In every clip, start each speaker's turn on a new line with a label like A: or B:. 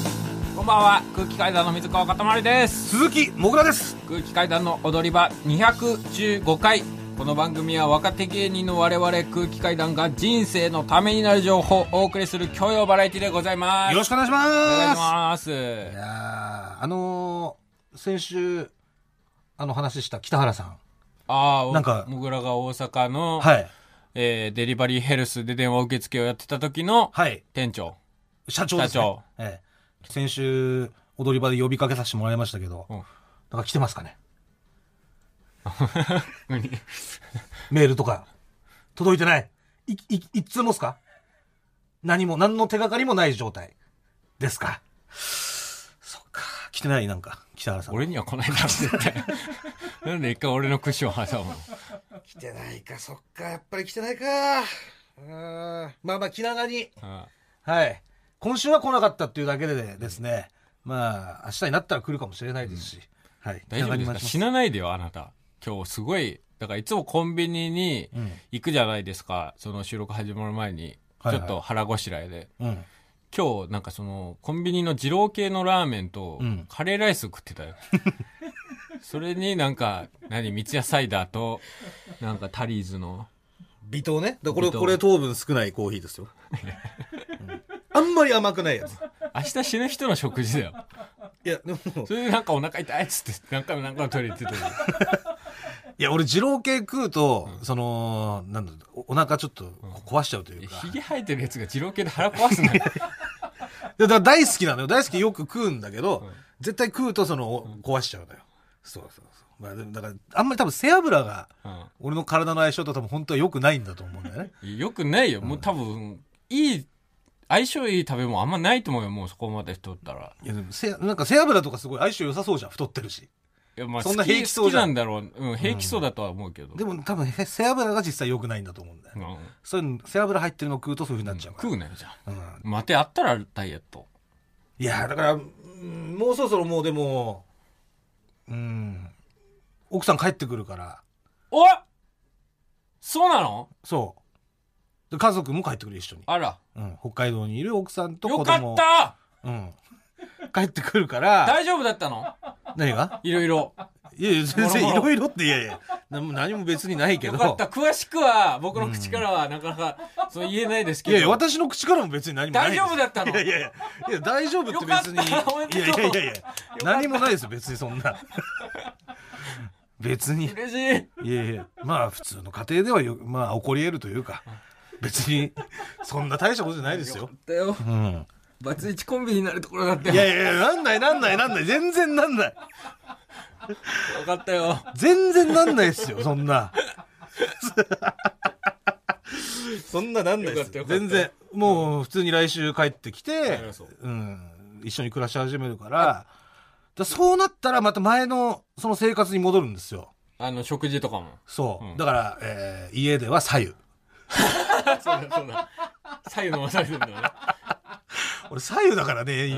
A: んばんは空気階段の水川かたまりです
B: 鈴木もぐらです
A: 空気階段の踊り場215回この番組は若手芸人の我々空気階段が人生のためになる情報をお送りする教養バラエティでございます
B: よろしくお願いしま
A: お
B: す
A: 願いします
B: いやーあのー、先週あの話した北原さん
A: ああ
B: なんか
A: もぐらが大阪の、
B: はい
A: えーデリバリーヘルスで電話受付をやってた時の
B: はい
A: 店長、
B: 社長です、ね、
A: 社長
B: ええ先週踊り場で呼びかけさせてもらいましたけど、
A: うん
B: なんか来てますかね
A: 何
B: メールとか届いてないいい一通もっすか何も何の手がかりもない状態ですかそっか来てないなんか北原さん
A: 俺には来ないだろ絶対なんで一回俺のクッション挟むの
B: 来てないかそっかやっぱり来てないかうんまあまあ気長に
A: うん
B: はい。今週は来なかったっていうだけでですね、まあ、明日になったら来るかもしれないですし、はい。
A: 大丈夫ですか死なないでよあなた今日すごいだからいつもコンビニに
B: うん
A: 行くじゃないですか、その収録始まる前に、
B: はいはい
A: ちょっと腹ごしらえで
B: うん。
A: 今日なんかそのコンビニの二郎系のラーメンと
B: うん
A: カレーライス食って たよ、それになんか何三ツ矢サイダーとなんかタリーズの
B: 微糖ね。だこ
A: 微
B: れ、
A: 糖
B: これ糖分少ないコーヒーですよ。うんあんまり甘くないやつ。
A: 明日死ぬ人の食事だよ
B: いや、でも、
A: それでなんかお腹痛いっつって何回も何回もトイレ行ってたよ
B: いや、俺、二郎系食うと、その、なんだろう、おお腹ちょっと壊しちゃうと いうか。
A: ひげ生えてるやつが二郎系で腹壊す なよ
B: でだから大好きなのよ。大好きよく食うんだけど、絶対食うと、その、お壊しちゃうのよ。そうそうそう。まあ、でもだから、あんまり多分背脂が、俺の体の相性と多分本当は良くないんだと思うんだよね。
A: うんよくないよもう多分いい相性いい食べ物あんまないと思うよもうそこまで太ったら
B: いやでもせなんか背脂とかすごい相性良さそうじゃん太ってるし
A: いやまあ
B: そん
A: 好
B: な
A: き
B: 平気そうじゃん
A: 好きなんだろう、うん、平気そうだとは思うけど、
B: でも多分へ背脂が実際良くないんだと思うんだよ、
A: うん
B: そういうの背脂入ってるの食うとそういうふうになっちゃうから、
A: 食うなよじゃあ
B: うん
A: 待てあったらダイエット
B: いやだからうんもうそろそろもうでもうん奥さん帰ってくるから
A: おっそうなの
B: そうで家族も帰ってくる一緒に、
A: あら
B: うん、北海道にいる奥さんと
A: よ
B: 子
A: か
B: 供
A: った
B: うん、帰ってくるから
A: 大丈夫だったの
B: 何が
A: いろいろ
B: いやいや全
A: も
B: 然い
A: ろもろ
B: ろいろっていやいやな何も別にないけ
A: よ
B: ど
A: かった詳しくは僕の口からはなかなかそう言えないですけ
B: い
A: ど
B: やいや、私の口からも別に何もな
A: 大
B: いです。
A: 丈夫だったの
B: いやいやいや、いや大丈夫って別に。い
A: よかったおめで
B: やい
A: とう
B: やいやいや、何もないですよ、別にそんな。別に。い
A: 嬉しい
B: やいや、まあ普通の家庭ではよ、まあ起こり得るというか、別に、そんな大したことじゃないですよ。
A: だよ
B: うん。
A: バツイチコンビになるところだった
B: い
A: よ
B: やいやいや、なんないなんないなんない、全然なんない。
A: よかったよ
B: 全然なんないです よ、そんな。そんななんないで
A: よかっ
B: す
A: たよ
B: よ。
A: かった
B: 全然。もう普通に来週帰ってきて
A: りましょう、
B: うん、一緒に暮らし始めるから、だそうなったらまた前のその生活に戻るんですよ。
A: あの食事とかも
B: そう。
A: うん
B: だから、えー家では左右。
A: そうだそうだ左右飲まされてんだよね
B: 俺左右だからね、いい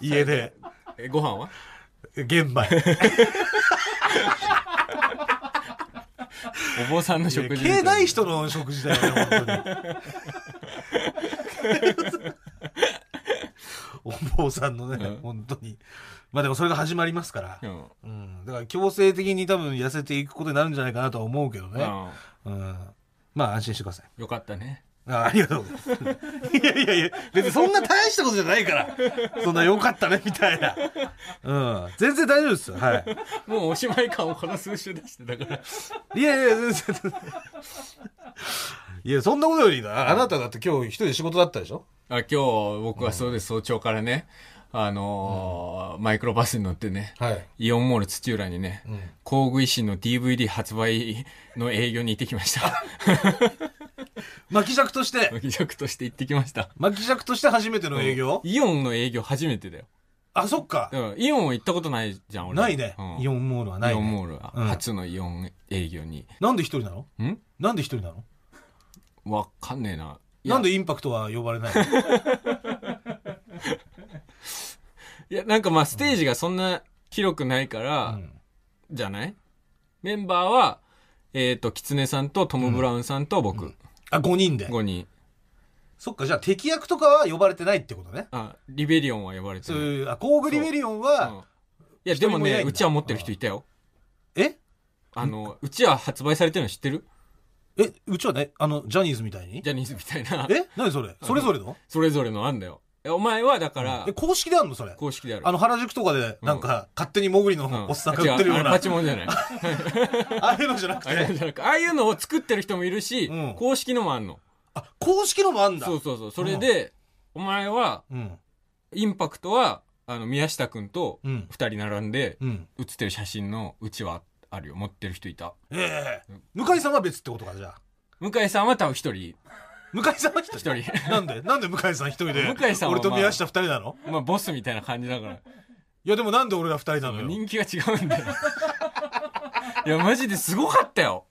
B: 家で。
A: えご飯は
B: 玄米。
A: お坊さんの食事
B: いや毛ない人の食事だよね、本当に。お坊さんのね、
A: うん
B: 本当に。まあでもそれが始まりますから
A: う。んうん
B: うん。だから強制的に多分痩せていくことになるんじゃないかなとは思うけどね。うん。まあ安心してください。
A: よかったね
B: あありがとうございます。いやいやいや、別にそんな大したことじゃないから。そんな良かったね、みたいな。うん。全然大丈夫ですよ。はい。
A: もうおしまい感をこの数週出してたから
B: いやいや、全然。 いや、そんなことよりな、あなただって今日一人で仕事だったでしょ
A: あ今日僕はそうです、早朝からねあのーマイクロバスに乗ってね、
B: はい。
A: イオンモール土浦にね、工具維新の DVD 発売の営業に行ってきま した。
B: 巻き尺として、
A: 記者として行ってきました。
B: 巻き尺として初めての営業、
A: イオンの営業初めてだよ。
B: あ、そっか
A: だ。からイオンは行ったことないじゃん、俺。
B: ないね、
A: うん
B: イオンモールはな
A: イ
B: い、
A: オン
B: ね。
A: モールは、
B: うん
A: 初のイオン営業に。
B: なんで一人なの
A: ん
B: なんで一人なの
A: わかんねえな。いや
B: なんでインパクトは呼ばれないの
A: いや、なんかまあステージがそんな広くないか
B: う
A: ら、
B: ん
A: じゃないメンバーは、えっ、と、キツネさんとトム・ブラウンさんと僕、
B: あ、5人で。
A: 5人。
B: そっか、じゃあ敵役とかは呼ばれてないってことね。
A: あ、リベリオンは呼ばれて
B: そう
A: る。
B: いう、あ、コーグリベリオンは、
A: うんいや、でも
B: 一人もいな
A: ね
B: い、んだ
A: うちは持ってる人いたよ。
B: え
A: あの、うちは発売されてるの知ってる
B: え、うちはね、あの、ジャニーズみたいに
A: ジャニーズみたいな。
B: え何それそれぞれの
A: それぞれのあんだよ。えお前はだから
B: え、、公式であんのそれ。
A: 公式である。
B: あの、原宿とかで、なんか、勝手にモグリ
A: うん
B: のおっさんが売ってるよう
A: 違あれ
B: な、
A: パチモンじ ゃない。
B: ああいうのじゃなく
A: あれ
B: て、
A: じゃなくああいうのを作ってる人もいるし
B: うん、
A: 公式のもあんの。
B: あ、公式のもあんだ。
A: そうそうそう。それで、お前は、
B: うん。
A: インパクトは、あの、宮下くんと、
B: うん。
A: 二人並んで、
B: うん。
A: 写ってる写真のうちはあるよ。持ってる人いた。
B: ええ向井さんは別ってことか、じゃあ。
A: 向井さんは多分一人。
B: 向井さんは一人
A: 一人。
B: なんでなんで向井さん一人で、
A: 向井さんは
B: 俺と
A: まあ
B: 宮下二人なの
A: まあ、ボスみたいな感じだから。
B: いや、でもなんで俺ら二人なのよ。
A: 人気が違うんだよ。いや、マジですごかったよ。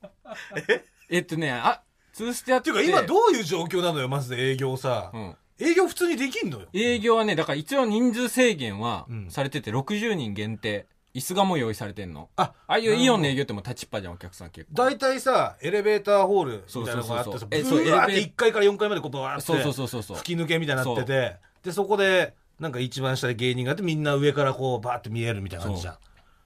A: えっとね、あ、ツーステやっ
B: って
A: て。
B: いうか、今どういう状況なのよ、まず営業さ
A: う。ん。
B: 営業普通にできんのよ。
A: 営業はね、だから一応人数制限は
B: うん
A: されてて、60人限定。椅子がもう用意されてんの。
B: あ、
A: ああいうイオンの営業ってもう立ちっぱじゃん、お客さん結構。
B: 大体さ、エレベーターホールみたいなのがあ
A: そうそう
B: ってさ、
A: そうそう
B: ブ
A: えそう
B: ワーっ
A: エレ
B: て
A: ベー
B: 1階から4階までこうバーって
A: そうそうそうそうそう。
B: 吹き抜けみたいになってて、で、そこで、なんか一番下で芸人があって、みんな上からこうバーって見えるみたいな感じじゃん。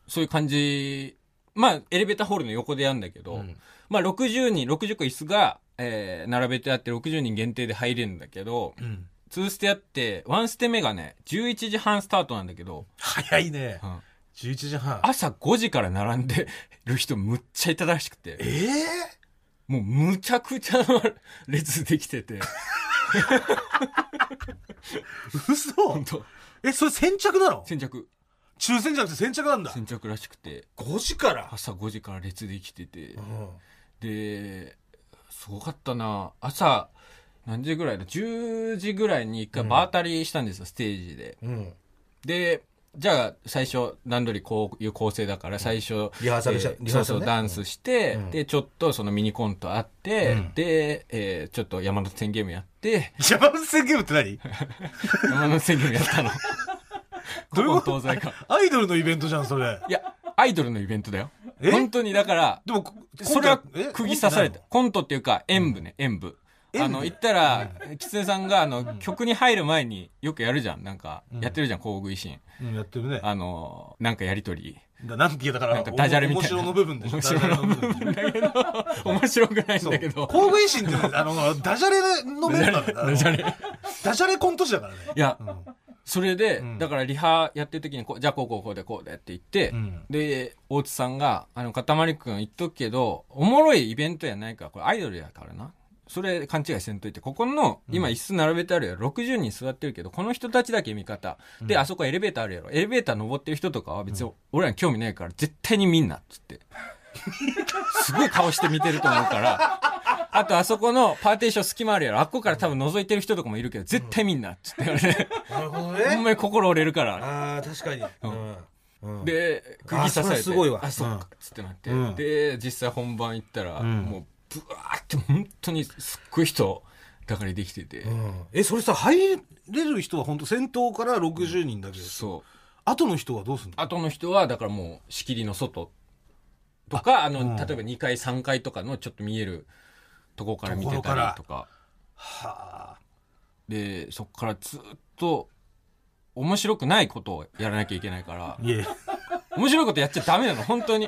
A: そういう感じ。まあ、エレベーターホールの横でやんだけど、
B: うん
A: まあ、60人、60個椅子が、えー、並べてあって、60人限定で入れるんだけど、
B: うん。
A: 2ステやって、1ステ目がね、11時半スタートなんだけど、
B: 早いね。
A: うん
B: 11時半。
A: 朝5時から並んでる人むっちゃいたらしくて、
B: ええ
A: もうむちゃくちゃの列できてて、
B: 嘘
A: 本当
B: え、それ先着なの
A: 先着、
B: 抽選じゃなくて先着なんだ。
A: 先着らしくて、
B: 5時から
A: 朝5時から列できてて
B: う、ん。
A: で、すごかったな朝、何時ぐらいだ ?10 時ぐらいに一回場当たりしたんですよ、ステージで。
B: うん。
A: で、じゃあ、最初、段取りこういう構成だから、最初、
B: リハーサルしゃ
A: えー
B: リハーサ
A: そう
B: ルね
A: そう、ダンスして、
B: うん
A: で、ちょっとそのミニコントあって、
B: うん
A: で、えーちょっと山手線ゲームやって、
B: 山手線ゲームって何
A: 山手線ゲームやったの。
B: どういう
A: 古
B: こ
A: 今
B: と
A: 東西か。
B: アイドルのイベントじゃん、それ。
A: いや、アイドルのイベントだよ。
B: え
A: 本当に、だから、
B: でも、
A: それは
B: え
A: 釘刺された。。コントっていうか、演舞ね、演舞。
B: 演舞
A: あの、言ったら、キツネさんが、あの、曲に入る前によくやるじゃん。なんか、
B: ん
A: やってるじゃん、大食いシーン。
B: うん、やってるね。
A: あの、なんかやりとり。
B: だなんて言うだか
A: な
B: ら、
A: んかダジャレみたいな。
B: 面白の部分でしょ。
A: 面白の部分だけど、面白くないん
B: そう
A: だけど。
B: 工具維新って、あの、ダジャレのメンバーだから。
A: ダジャレ。
B: ダジャレコント師だからね。
A: いや、
B: うん
A: それで、
B: うん
A: だからリハやってる時にこう、じゃあこうこうこうでこうでって言って、
B: うん
A: で、大津さんが、あの、かたまりくん言っとくけど、おもろいイベントやないから、これアイドルやからな。それ勘違いせんといて、ここの、今椅子並べてあるやろ、60人座ってるけど、この人たちだけ味方。で、あそこエレベーターあるやろ。エレベーター登ってる人とかは別に俺らに興味ないから、絶対に見んな、つって。すごい顔して見てると思うから。あと、あそこのパーテーション隙間あるやろ。あっこから多分覗いてる人とかもいるけど、絶対見んな、つって言われて。
B: なるほど
A: ほん
B: ね。
A: まに心折れるから。
B: ああ、確かに。うん。で、
A: で、釘
B: あ
A: 刺され
B: そ
A: て。
B: れすごいわ
A: あ、そう
B: うん
A: か。つってなって
B: うん。
A: で、実際本番行ったら、
B: うん
A: もう、ブワーって本当にすっごい人、だからできてて
B: う。ん。え、それさ、入れる人は本当先頭から60人だけど、
A: そう。
B: 後の人はどうすんの
A: 後の人は、だからもう、仕切りの外とか、あ
B: うん
A: の、例えば2階、3階とかのちょっと見えるとこから見て
B: ところ
A: た
B: から
A: りとか。
B: はあ。
A: で、そっからずっと、面白くないことをやらなきゃいけないから。
B: いえ。
A: 面白いことやっちゃダメなの、本当に。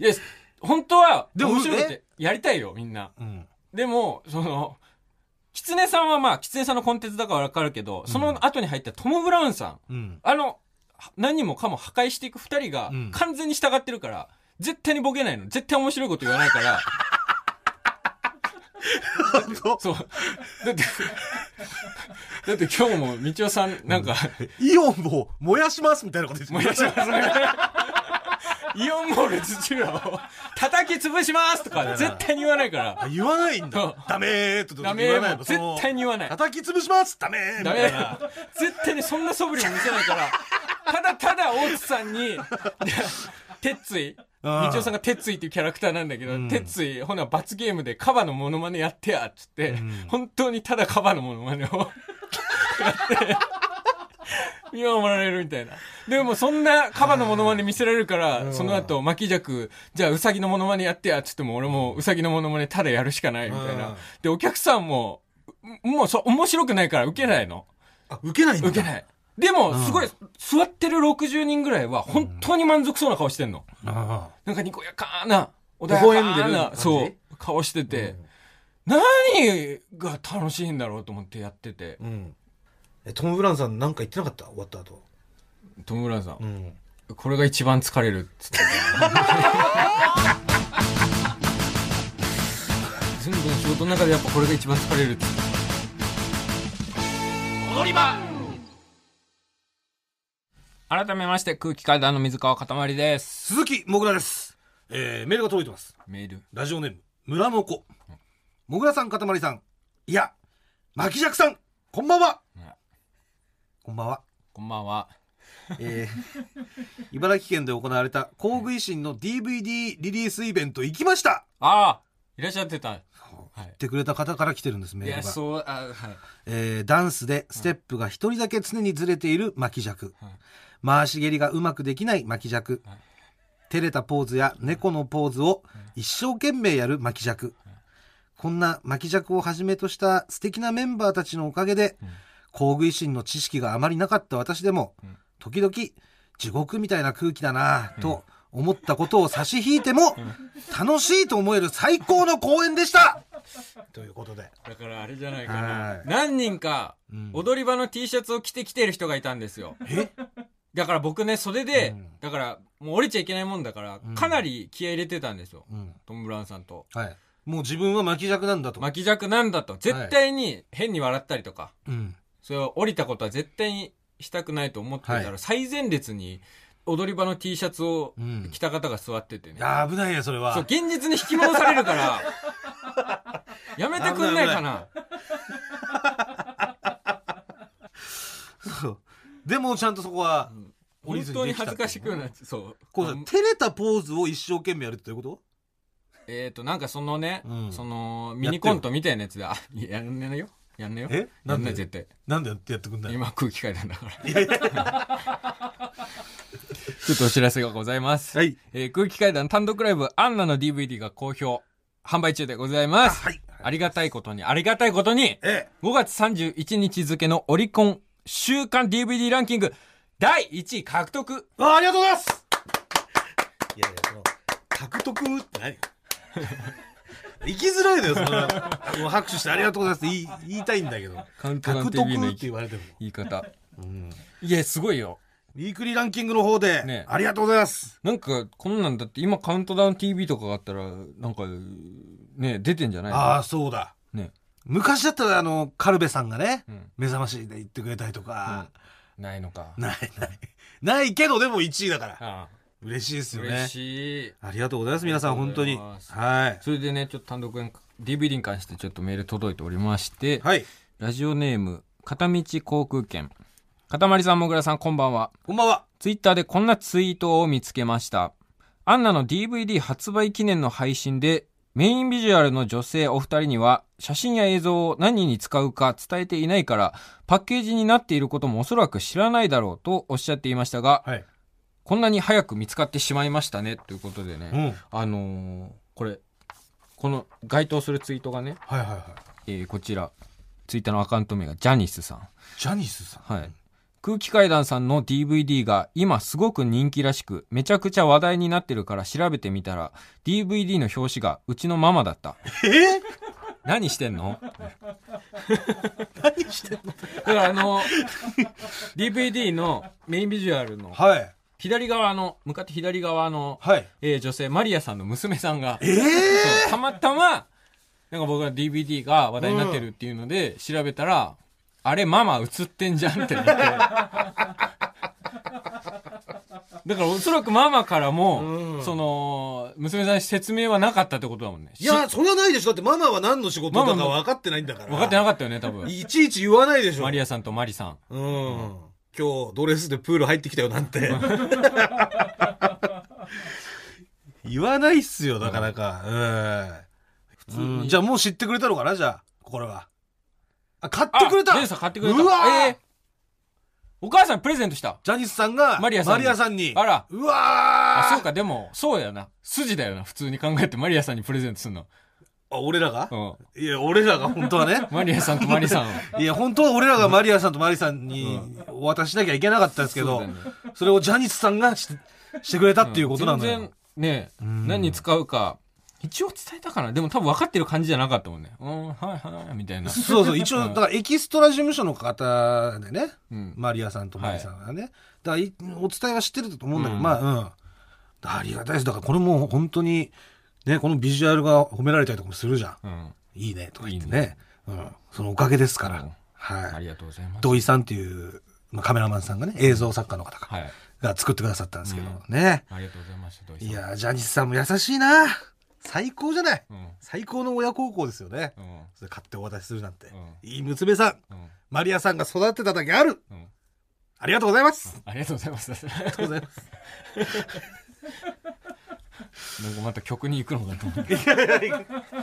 A: いや、本当は、で
B: でも
A: も面白いことやりたいよ、みんな。
B: うん。
A: でも、その、キツネさんはまあ、キツネさんのコンテンツだからわかるけど、その後に入ったトム・ブラウンさん。
B: うん。
A: あの、は何もかも破壊していく二人が
B: うん、
A: 完全に従ってるから、絶対にボケないの。絶対面白いこと言わないから。
B: 本
A: そう。だって、だって今日も、みちおさん、なんか、
B: 当イオンを燃やしますみたいなこと言って
A: 燃やしますね。イオンモール土浦を叩き潰しますとか絶対に言わないから。
B: あ言わないん
A: そう
B: だ。ダメーって
A: ダメ
B: 言わない
A: ー
B: の
A: も
B: その
A: 絶対に言わない。
B: 叩き潰しますダメーみ
A: ダ
B: た
A: メ
B: いな。
A: 絶対にそんな素振りも見せないから。ただただ大津さんに、 鉄意
B: うん
A: 道夫さんが鉄意っていうキャラクターなんだけ
B: ん
A: ど、鉄意、ほな罰ゲームでカバのモノマネやってや、つって、
B: ん
A: 本当にただカバのモノマネを やって、見守られるみたいな。でもそんなカバのモノマネ見せられるから、その後巻き尺、じゃあウサギのモノマネやってや、つっても俺もウサギのモノマネただやるしかないみたいな。
B: うん
A: で、お客さんも、もうそ、面白くないから受けないの。
B: あ、受けないんだ。
A: 受けない。でも、
B: うん
A: すごい、座ってる60人ぐらいは、本当に満足そうな顔してんの。
B: あ
A: なんかにこやかな、穏や
B: 微笑んで
A: か
B: る
A: な
B: 感、じ
A: そう、顔して
B: あ。
A: て、何が楽しいんだろうと思ってやってて、
B: うん。うん。え、トム・ブラウンさんなんか言ってなかった終わった後。
A: トム・ブラウンさん、
B: うん。
A: これが一番疲れるっつって。全部の仕事の中でやっぱこれが一番疲れるっつって。踊り場改めまして、空気階段の水川かたまりです。
B: 鈴木もぐらです。えー、メールが届いてます。
A: メール。
B: ラジオネーム、村の子。もぐらさん、かたまりさん。いや、巻き尺さん、こんばんは
A: うん。
B: こんばんは。
A: こんばんは。
B: えー茨城県で行われた工具維新の DVD リリースイベント行きました
A: ああいらっしゃってた。は
B: 言ってくれた方から来てるんですメ
A: い。い
B: ー
A: や、
B: ルが、
A: そう、あ、はい。
B: えーダンスでステップが一人だけ常にずれている巻き尺、
A: はい
B: 回し蹴りがうまくできない巻き尺、
A: はい
B: 照れたポーズや猫のポーズを一生懸命やる巻き尺、こんな巻き尺をはじめとした素敵なメンバーたちのおかげで、
A: うん
B: 工具維新の知識があまりなかった私でも、
A: ん
B: 時々地獄みたいな空気だなぁと思ったことを差し引いても、楽しいと思える最高の公演でしたということで、
A: だからあれじゃないか
B: は
A: な。
B: い
A: 何人か、
B: うん
A: 踊り場の T シャツを着てきてる人がいたんですよ。
B: え
A: だから僕ね、袖で、
B: うん
A: だから、もう折れちゃいけないもんだから、
B: うん
A: かなり気合い入れてたんですよ。
B: うん
A: トム・ブラウンさんと。
B: はい。もう自分は巻き尺なんだと。
A: 巻き尺なんだと。絶対に変に笑ったりとか、
B: うん。
A: それを降りたことは絶対にしたくないと思ってたら、
B: はい
A: 最前列に踊り場の T シャツを
B: うん
A: 着た方が座っててね
B: い。やー、危ないよ、それは。
A: そう、現実に引き戻されるから、 やめてくんないかな。
B: そうでも、ちゃんとそこは、降り
A: 本
B: ず
A: 当に
B: できた
A: 恥
B: っ
A: ず
B: てい
A: かしく
B: う
A: なって、そう。
B: こうさ
A: あ、
B: 照れたポーズを一生懸命やるってどういうこ
A: えっ、と、なんかそのね、
B: うん
A: その、ミニコントみたいなやつで、あ、いややんねえよ。やんねえよ。
B: え
A: やん
B: な
A: ね
B: んで
A: 絶対。
B: となんでやってくんないの
A: 今空気階段だから。
B: いやいや。
A: ちょっとお知らせがございます。
B: はい。
A: えー空気階段単独ライブ、アンナの DVD が好評、販売中でございます。
B: はい。
A: ありがたいことに、ありがたいことに、
B: ええ。
A: 5月31日付のオリコン週間 DVD ランキング、第1位獲得。
B: わあ、ありがとうございますいやいや、その、獲得って何生きづらいのよ、その、もう拍手してありがとうございますって言い言いたいんだけど。
A: カウントダウ
B: 獲
A: ン
B: 得
A: TV の
B: っ
A: 言
B: て言われても。
A: い方。
B: うん。
A: いや、すごいよ。
B: ウィークリーランキングの方で、
A: ね
B: ありがとうございます。
A: なんか、こんなんだって、今カウントダウン TV とかがあったら、なんか、ね、出てんじゃないの
B: ああ、そうだ。
A: ね。
B: 昔だったら、あの、カルベさんがね、
A: うん。
B: 目覚ましで言ってくれたりとか、
A: ないのか。
B: ないない。 ないけど、でも1位だから。
A: ああ
B: 嬉しいですよ
A: 嬉
B: ね。
A: しい。
B: ありがとうございます、皆さ
A: あ
B: ん、
A: りがと
B: 本
A: うご
B: 当
A: ざい
B: に。
A: ます
B: は
A: それでね、ちょっと単独演歌 DVD に関してちょっとメール届いておりまして、
B: い。はい。
A: ラジオネーム、片道航空券。かたまりさん、もぐらさん、こんばんは。
B: こんばんは。
A: ツイッターでこんなツイートを見つけました。アンナの DVD 発売記念の配信で、メインビジュアルの女性お二人には、写真や映像を何に使うか伝えていないから、パッケージになっていることもおそらく知らないだろうとおっしゃっていましたが、
B: はい。
A: こんなに早く見つかってしまいましたね、ということでね。
B: うん。はい
A: あのーこれ、この該当するツイートがね、
B: はいはい。
A: えーこちら、ツイッターのアカウント名がジャニスさん。
B: ジャニスさん。
A: はい。空気階段さんの DVD が今すごく人気らしく、めちゃくちゃ話題になってるから調べてみたら、DVD の表紙がうちのママだった。
B: え
A: 何してんの
B: 何してんの
A: だからあの、DVD のメインビジュアルの
B: はい。
A: 左側の、向かって左側の、
B: はい。
A: えー女性、マリアさんの娘さんが、
B: ええ
A: そうたまたま、なんか僕が DVD が話題になってるっていうので、調べたら、あれ、ママ映ってんじゃんって なって。だからおそらくママからも、
B: うん
A: その、娘さんに説明はなかったってことだもんね。
B: いや、それはないでしょ。だってママは何の仕事だ
A: マ
B: か
A: マ
B: 分かってないんだから。
A: 分かってなかったよね、多分。
B: いちいち言わないでしょ。
A: マリアさんとマリさん。
B: うん。今日ドレスでプール入ってきたよなんて。 言わないっすよ、なかなか。
A: 通に
B: うん。じゃあもう知ってくれたのかなじゃあ、これは。あ、買ってくれた
A: ジェイさん買ってくれた。
B: うわー
A: えーお母さんにプレゼントした。
B: ジャニスさんが、
A: マリアさんに
B: んに。
A: あら
B: うわー
A: あ、そうか、でも、そうだよな。筋だよな、普通に考えてマリアさんにプレゼントするの。
B: あ、俺らが
A: うん。
B: いや、俺らが本当はね
A: マリアさん とマリさんを。
B: いや、本当は俺らがマリアさんとマリさんにお渡ししなきゃいけなかったんですけど、
A: そうだ
B: そ
A: ね
B: れをジャニスさんがししてくれたっていうことなのよ。
A: 全然ね、
B: ん
A: 何に使うか、一応伝えたかな。でも多分分かってる感じじゃなかったもんね。うん、はいはい、みたいな。
B: そうそう、一応、だからエキストラ事務所の方でね、
A: うん
B: マリアさんとマリさんがね、だからいお伝えはしてると思うんだけど、
A: うん
B: まあ、うん。ありがたいです。だからこれもう本当に、ね、このビジュアルが褒められたりとかもするじゃん。
A: うん。
B: いいねとか言ってね。うん。そのおかげですから。
A: うんあ
B: はい。
A: りがとうございます。
B: 土井さんっていう、まあ、カメラマンさんがね、映像作家の方か
A: はい。
B: が作ってくださったんですけど、ね。
A: ありがとうございました、土井さん。
B: いやー、ジャニスさんも優しいな最高じゃない
A: うん。
B: 最高の親孝行ですよね。
A: うん。
B: それ買ってお渡しするなんて。
A: う
B: いい娘さん。
A: うん。
B: マリアさんが育てただけある。
A: うん。
B: ありがとうございます。
A: ありがとうございます。
B: ありがとうございます。
A: なんかまた曲に行くのかと思って。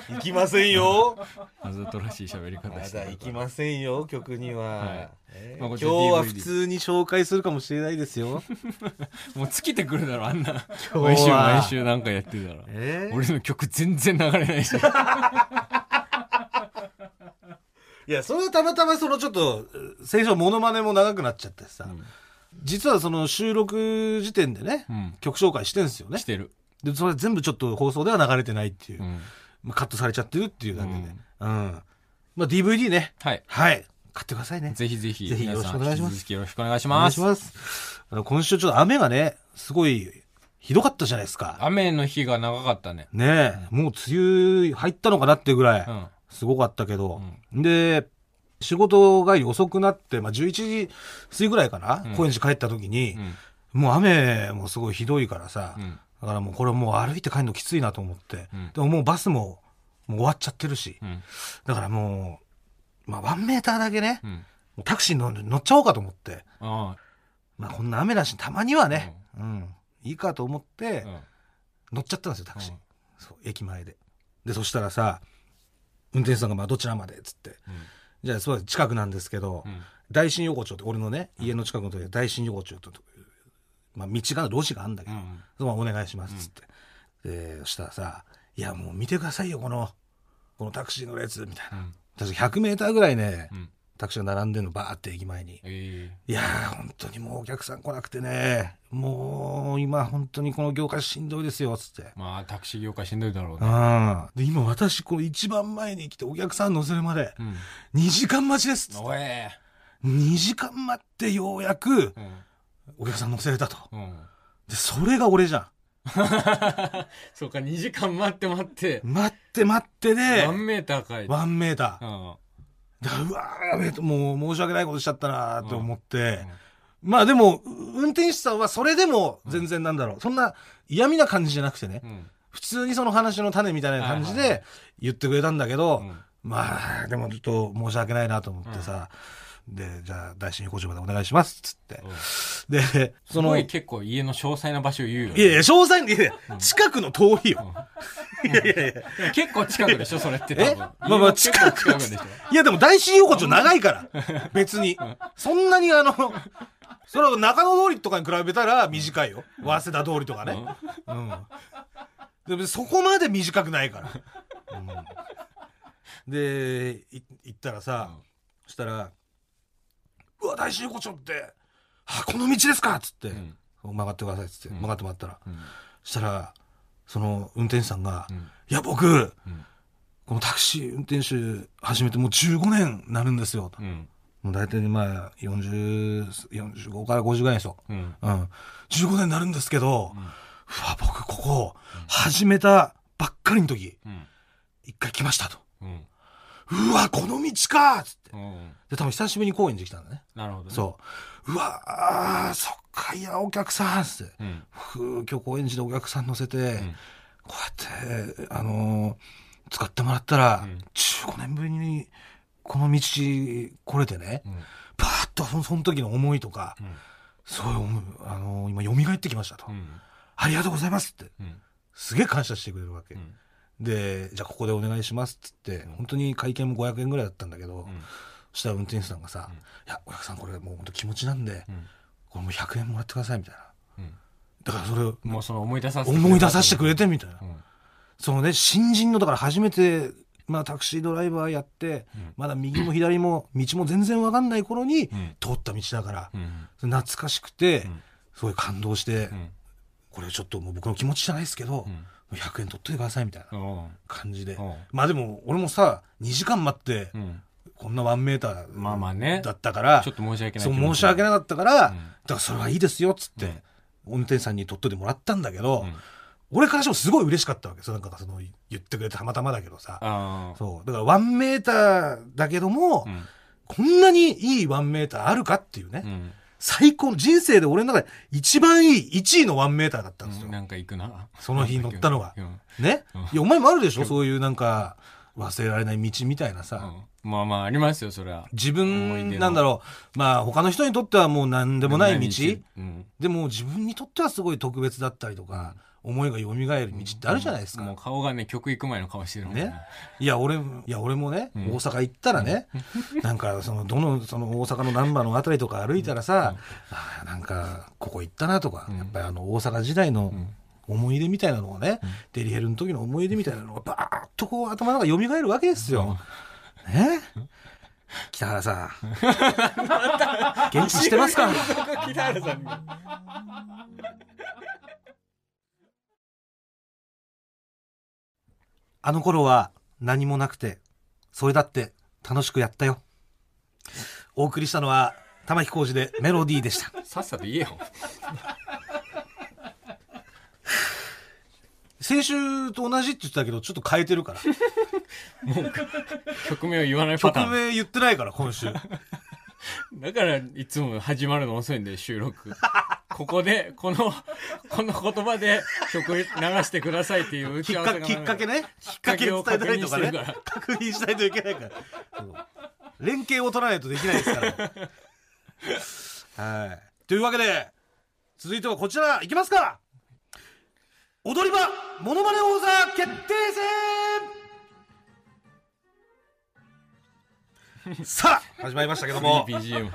B: 行きませんよ。
A: あざとらしい喋り方
B: ま
A: して
B: だ
A: る
B: 行きませんよ、曲には。
A: はい
B: えー
A: まあこ
B: 今
A: っち
B: 日
A: は
B: は
A: DVD
B: 普通に紹介するかもしれないですよ。
A: もう尽きてくるだろ、あんな。
B: 日は
A: 毎週毎週なんかやってたら。
B: えー
A: 俺の曲全然流れないし。
B: いや、それはたまたまそのちょっと、先週モノマネも長くなっちゃってさ、実はその収録時点でね、
A: うん。
B: 曲紹介してんですよね
A: し。てる。
B: で、それ全部ちょっと放送では流れてないっていう、
A: うん。
B: まあカットされちゃってるっていうだけで。
A: う
B: うん
A: ん。
B: まあ DVD ね。
A: はい。
B: はい。買ってくださいね。
A: ぜひぜひ、
B: ぜひ
A: 皆さん
B: よろしくお願いします
A: 引き続きよろしくお願いし
B: お願
A: ま
B: いし
A: す。
B: ます。あの今週ちょっと雨がね、すごいひどかったじゃないですか。
A: 雨の日が長かったね。
B: ねえ、もう梅雨入ったのかなっていうぐらい、
A: うん。
B: すごかったけど。で、仕事帰り遅くなって、まあ、11時過ぎぐらいかな、
A: うん
B: 高円寺帰った時に
A: う、ん。
B: もう雨もすごいひどいからさ、
A: うん。
B: だからもうこれもう歩いて帰るのきついなと思って、
A: うん
B: でももうバスももう終わっちゃってるし、
A: うん。
B: だからもう、まあ、ワンメーターだけね、
A: うん。
B: もうタクシー乗乗っちゃおうかと思って、
A: あ
B: まあ、こんな雨だし、たまにはね、うん、いいかと思って、
A: あ。うん。
B: 乗っちゃったんですよタクシー、そう駅前ででそしたらさ運転手さんが「まあどちらまで」っつって「じゃあすごい近くなんですけど、
A: うん。
B: 大新横丁って俺のね家の近くのとこで大新横丁と、まあ、道が路地があるんだけ
A: う
B: ど、
A: ん。
B: そのままお願いします」っつって、でそしたらさ「いやもう見てくださいよこのこのタクシーの列」みたいな
A: うん。
B: 確か 100m ぐらいね
A: うん。
B: タクシーが並んでるのバーって駅前に。
A: ええ。
B: いやー、本当にもうお客さん来なくてね、もう今本当にこの業界しんどいですよ、つって。
A: まあ、タクシー業界しんどいだろうね。
B: ああ。で、今私、この一番前に来てお客さん乗せるまで、
A: うん。
B: 2時間待ちです。
A: おえ。
B: 2時間待ってようやく
A: う、ん。
B: お客さん乗せれたと。
A: うん。
B: で、それが俺じゃ
A: そうか、2時間待って待って。
B: ん。待って待ってで
A: ワ、ンメーターかい。
B: ワンメータ
A: う
B: ー。
A: ん。
B: だから、うわー、やべえと、もう申し訳ないことしちゃったなーと思って
A: うんうん。
B: まあでも、運転手さんはそれでも全然なんだろう。そんな嫌味な感じじゃなくてね
A: う。ん。
B: 普通にその話の種みたいな感じ
A: はいはいは
B: で言ってくれたんだけど、
A: うん
B: まあ、でもちょっと申し訳ないなと思ってさ、で、じゃあ、大新横丁までお願いします、つって。で、
A: す
B: その、
A: ご
B: い
A: い結構家の詳細な場所言うよ
B: やい
A: ね。
B: や、詳細に、いやいや近くの通りよ。いやいやいや。
A: 結構近くでしょ、それって多
B: え
A: 分。
B: まあまあ、
A: 家
B: 近
A: の結
B: く
A: 構近くでしょ。
B: いや、でも大新横丁長いから。別に。そんなにあの、それは中野通りとかに比べたら短いよ。早稲田通りとかね。うん。でもそこまで短くないから。うん、で、い行ったらさ、そしたら、うわ、大新横丁って、あ、この道ですかっつって、
A: ん
B: 曲がってくださいっつって、曲がってもらったら。
A: うん
B: そしたら、その運転手さんが、
A: うん
B: いや、僕、このタクシー運転手始めてもう15年なるんですよ。と
A: うん。
B: もう大体まあ40、45から50ぐらいの人。
A: うん。
B: うん。15年なるんですけど、うわ、僕ここ、始めたばっかりの時、
A: うん。
B: 一回来ましたと。
A: うん。
B: うわ、この道かつって。
A: うん。
B: で、多分久しぶりに高円寺来たんだね。
A: なるほどね。
B: そう。うわ、あーそっか、いや、お客さんつって。
A: う。ん。
B: ふう今日高円寺でお客さん乗せて、こうやって、あのー使ってもらったら、
A: うん
B: 15年ぶりにこの道来れてね、
A: うん。
B: バーッとそのその時の思いとか、
A: うん
B: そういう思い、あのー今蘇ってきましたと、
A: うん。
B: ありがとうございますって、
A: うん。
B: すげえ感謝してくれるわけ。
A: うん
B: で、じゃあここでお願いしますっつって、本当に会計も500円ぐらいだったんだけど、
A: ん
B: そしたら運転手さんがさ、いや、お客さんこれもう本当気持ちなんで、
A: ん
B: これもう100円もらってくださいみたいな。
A: うん
B: だからそれを
A: もうその思い出させて
B: 思い出させてくれてみたいな。
A: うん
B: そのね、新人の、だから初めて、まあタクシードライバーやって、まだ右も左も道も全然わかんない頃に
A: ん
B: 通った道だから、
A: うん
B: それ懐かしくて、
A: ん
B: すごい感動して、
A: うん
B: これちょっともう僕の気持ちじゃないですけど、
A: うん
B: もう100円取っといてくださいみたいな
A: おう
B: 感じで。
A: おう
B: まあでも、俺もさ、2時間待って
A: う、ん
B: こんなワンメーター、
A: まあまあね
B: だったから
A: ちょ、っと申し訳ない
B: そう申し訳
A: ない
B: なかったから、
A: うん
B: だからそれはいいですよっつって、運転手さんに取っといてもらったんだけど、
A: うん
B: 俺からしてもすごい嬉しかったわけそうなんかその言ってくれてたまたまだけどさ
A: ああ
B: そうだからワンメーターだけども、
A: うん
B: こんなにいいワンメーターあるかっていうね、
A: うん
B: 最高の人生で俺の中で一番いい1位のワンメーターだったんですよ、
A: なんか行くな
B: その日乗ったのが
A: うん
B: ね、
A: うん
B: いやお前もあるでしょそういうなんか忘れられない道みたいなさ、
A: うんまあまあありますよそれは
B: 自
A: 思い出
B: 分
A: の
B: なんだろうまあ他の人にとってはもう何でもない道
A: うん
B: でも自分にとってはすごい特別だったりとか、思いが蘇る道ってあるじゃないですか。
A: もう顔がね曲行く前の顔してるもん
B: ね、いや俺もいや俺もね、
A: ん
B: 大阪行ったらね、なんかそのどのその大阪の難波の辺りとか歩いたらさ、あーなんかここ行ったなとか、やっぱりあの大阪時代の思い出みたいなのがね、デリヘルの時の思い出みたいなのがバーッとこう頭の中蘇るわけですよ。ね北原さん元気してますか
A: 北原さんが
B: あの頃は何もなくて、それだって楽しくやったよ。お送りしたのは玉置浩二でメロディーでした。
A: さっさと言えよ
B: 先週と同じって言ってたけど、ちょっと変えてるから。
A: 曲名を言わないパ
B: 曲
A: ターン
B: 名言ってないから、今週。
A: だからいつも始まるの遅いんで収 録ここでこのこの言葉で曲流してくださいっていう打
B: き
A: ち合
B: っ
A: わ
B: か
A: せが
B: きっかけね。きっかけ伝えたいとかね。確認しないといけないから。そう連携を取らないとできないですから。はい。というわけで、続いてはこちら、いきますか踊り場、モノマネ王座決定 戦さあ、始まりましたけども、
A: BGM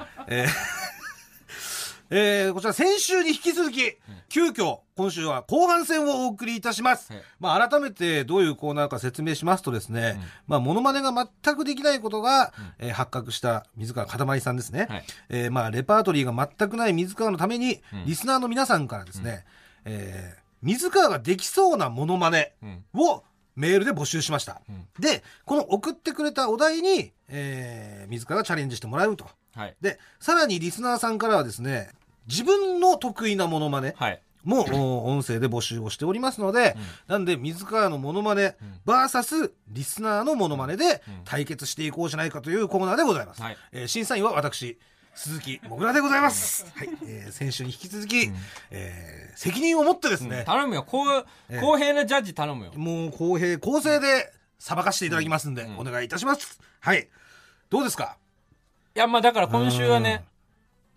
B: えー、こちら先週に引き続き、急遽、今週は後半戦をお送りいたします
A: はい。
B: まあ、改めてどういうコーナーか説明しますとですね、まあ、モノマネが全くできないことが、えー発覚した水川かたまりさんですね。
A: はい
B: えーまあ、レパートリーが全くない水川のために、
A: ん
B: リスナーの皆さんからですね、えー水川ができそうなモノマネ
A: うん
B: をメールで募集しました。
A: うん
B: で、この送ってくれたお題に、えー水川がチャレンジしてもらうと。
A: はい
B: で、さらにリスナーさんからはですね、自分の得意なモノマネ
A: はい
B: もお音声で募集をしておりますので、なんで水川のモノマネ
A: ん
B: VS リスナーのモノマネで
A: うん
B: 対決していこうじゃないかというコーナーでございます。
A: はい
B: えー審査員は私、鈴木もぐらでございます。はい、えー先週に引き続き、えー責任を持ってですね、
A: 頼むよこう
B: ええ
A: 公平なジャッジ頼むよ
B: もう公平公正で裁かしていただきますんで、お願いいたします。はい。どうですか
A: いやまあだから今週はね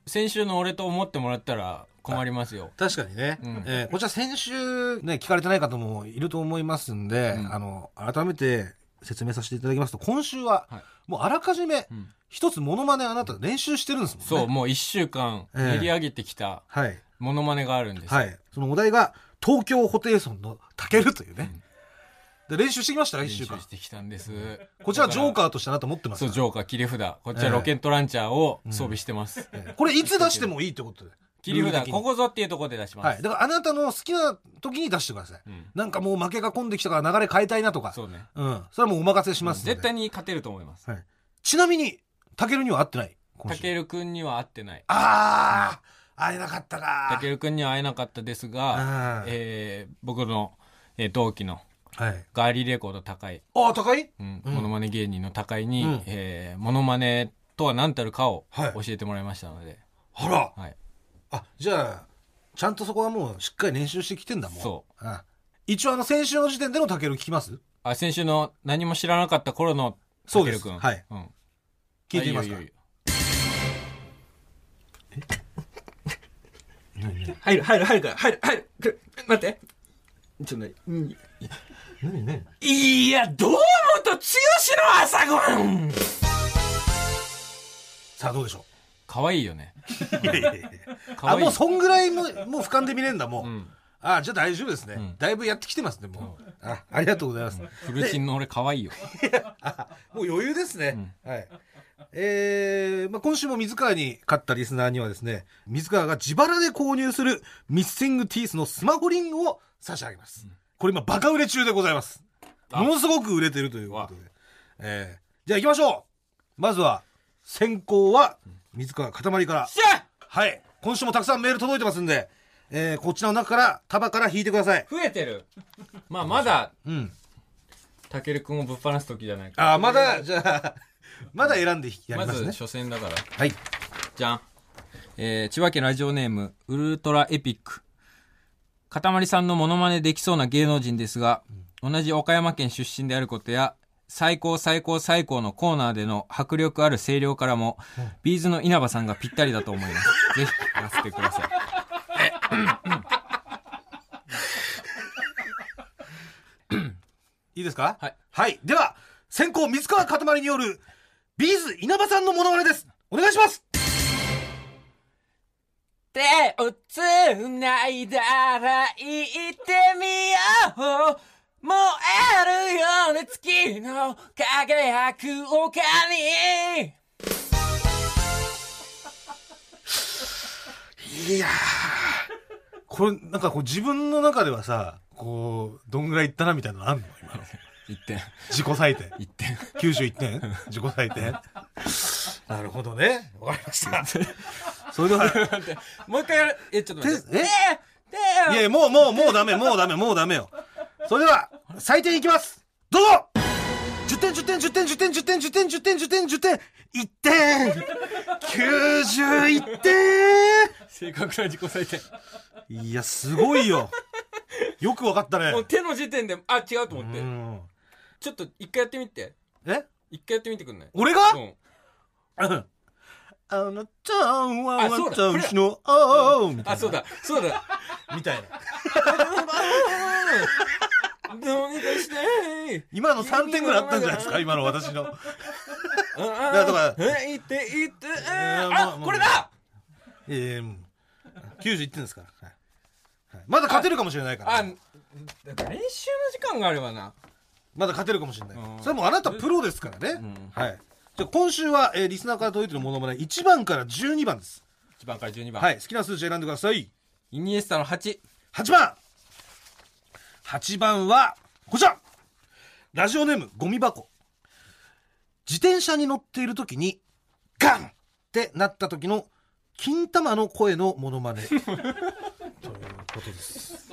A: 先週の俺と思ってもらったら困りますよ
B: 確かにね、
A: うん
B: えーこちら先週ね聞かれてない方もいると思いますんで、
A: うん
B: あの改めて説明させていただきますと今週は
A: はい
B: もうあらかじめ
A: うん
B: 一つモノマネあなた練習してるんですもんね
A: そうもう1週間
B: ええ
A: 練り上げてきた
B: はい
A: モノマネがあるんです
B: はいそのお題が東京ホテイソンのタケルというね、で練習してきました1
A: 練
B: 週
A: 習
B: 間
A: してきたんです
B: こちらジョ
A: カー
B: ーカーとしてあなた持ってます
A: そう、
B: か
A: ジョーカー、切り札。こっち
B: ええ
A: はロケットランチャーを装備してます。
B: えーこれいつ出してもいいってことで
A: 切り
B: ルール的
A: 札、
B: に
A: ここぞっていうところで出しま
B: は
A: す。
B: いだからあなたの好きな時に出してください、
A: うん
B: なんかもう負けが込んできたから流れ変えたいなとか
A: そうね。
B: うんそれはもうお任せしますので
A: 絶対に勝てると思います。
B: はい。ちなみに、タケルには会ってない。今
A: た
B: 週
A: けるくんには会ってない。
B: ああ、会えなかったか。
A: たけるくんには会えなかったです
B: あ
A: が
B: ー、
A: えー僕の、えー同期の
B: はい。
A: ガーリーレコード高井、
B: ああ、高い
A: うん
B: うん
A: モノマネ芸人の高井に、
B: うん
A: えーモノマネとは何たるかを
B: はい
A: 教えてもらいましたので、
B: あら。
A: はい。
B: あ、じゃあ、ちゃんとそこはもうしっかり練習してきてんだもん。。
A: そう
B: あ一応あの、先週の時点でのタケル聞きます
A: あ、先週の何も知らなかった頃の
B: そ
A: た
B: う
A: け
B: で
A: る
B: す
A: くん。
B: はい
A: うん。
B: 聞いてみますか
A: あよよよ
C: 入る入る入るから入る入るくる待ってちょっとねうん
B: 何ね。
C: いやどうもと剛の朝ごはん
B: さあ、どうでしょ
A: 可愛いよね。
B: ういやいやいや
A: 可
B: あ、
A: 愛い
B: もうそんぐらいも、もう俯瞰で見れんだ、もう。
A: ん
B: あじゃあ大丈夫ですね、
A: ん
B: だいぶやってきてますね、もう。あ、ありがとうございます。
A: フルチンの俺可愛いよ。
B: もう余裕ですね。はい。えー、まあ、今週も水川に勝ったリスナーにはですね、水川が自腹で購入するミッシングティースのスマホリングを差し上げます。これ今バカ売れ中でございます。
A: あ
B: ものすごく売れてるということで。えー、じゃあ行きましょうまずは、先行は、水川かたまりから。
A: しゃ
B: はい。今週もたくさんメール届いてますんで、えー、こちらの中から、束から引いてください。
A: 増えてる。まあ、まだ、
B: うん。
A: たけるくんをぶっ放す時じゃないか。
B: あー、まだ、じゃあ、まだ選んでやり
A: ま
B: ます
A: ず、
B: ね。
A: 初戦だから。
B: はい。
A: じゃん。えー、千葉県ラジオネーム、ウルトラエピック。かたまりさんのモノマネできそうな芸能人ですが、同じ岡山県出身であることや、最高最高最高のコーナーでの迫力ある声量からも、ビーズの稲葉さんがぴったりだと思い ます。ぜひ聞かせてください。
B: いいですか
A: はい。
B: では、先行、水川かたまりによる、ビーズ稲葉さんのモノマネです。お願いします
A: 手をつないだら行ってみよう燃えるような月の輝く丘に
B: いやー。これ、なんかこう自分の中ではさ、こう、どんぐらいいったなみたいなのあんの今の。
A: 一点、
B: 自己採点。
A: 一点。
B: 91点自己採点 なるほどね。わかりました。それでは、
A: もう一回やる。え、ちょっと待って。
B: え
A: 手
B: いやいや、もう、もう、もうダメ、もうダメ、もうダメよ。それでは、採点いきますどうぞ !10 点、10点、10点、10点、10点、10点、10点、10点、10点、1点 !91 点
A: 正確な自己採点。
B: いや、すごいよ。よくわかったね
A: もう。手の時点で、あ、違うと思っ
B: う
A: て。
B: ん
A: ちょっと一回やってみて。
B: え
A: 一回やってみてくんない
B: 俺が、
A: うん。
B: あなたは
A: あそうだ
B: 私の、あみたい
A: あ、
B: な。
A: そうだ、そうだ。
B: みたいな。
A: どうにかして。
B: 今の3点ぐらいあったんじゃないですか今の私の。だから
A: え、いて、いて、
B: ーも
A: あ
B: う、もう
A: これだ
B: ええー、もう91点ですから。はいはいまだ勝てるかもしれないから
A: あ、
B: ね、
A: 練習の時間があればな。
B: まだ勝てるかもしれない
A: うん。
B: それはもうあなたプロですからね。
A: ん
B: はい。じゃあ今週は、えーリスナーから届いてるものまね1番から12番です。
A: 1番から12番。
B: はい。好きな数字選んでください。
A: イニエスタの8。
B: 8番 !8 番は、こちらラジオネーム、ゴミ箱。自転車に乗っている時に、ガンってなった時の、金玉の声のモノマ ネ。ということです。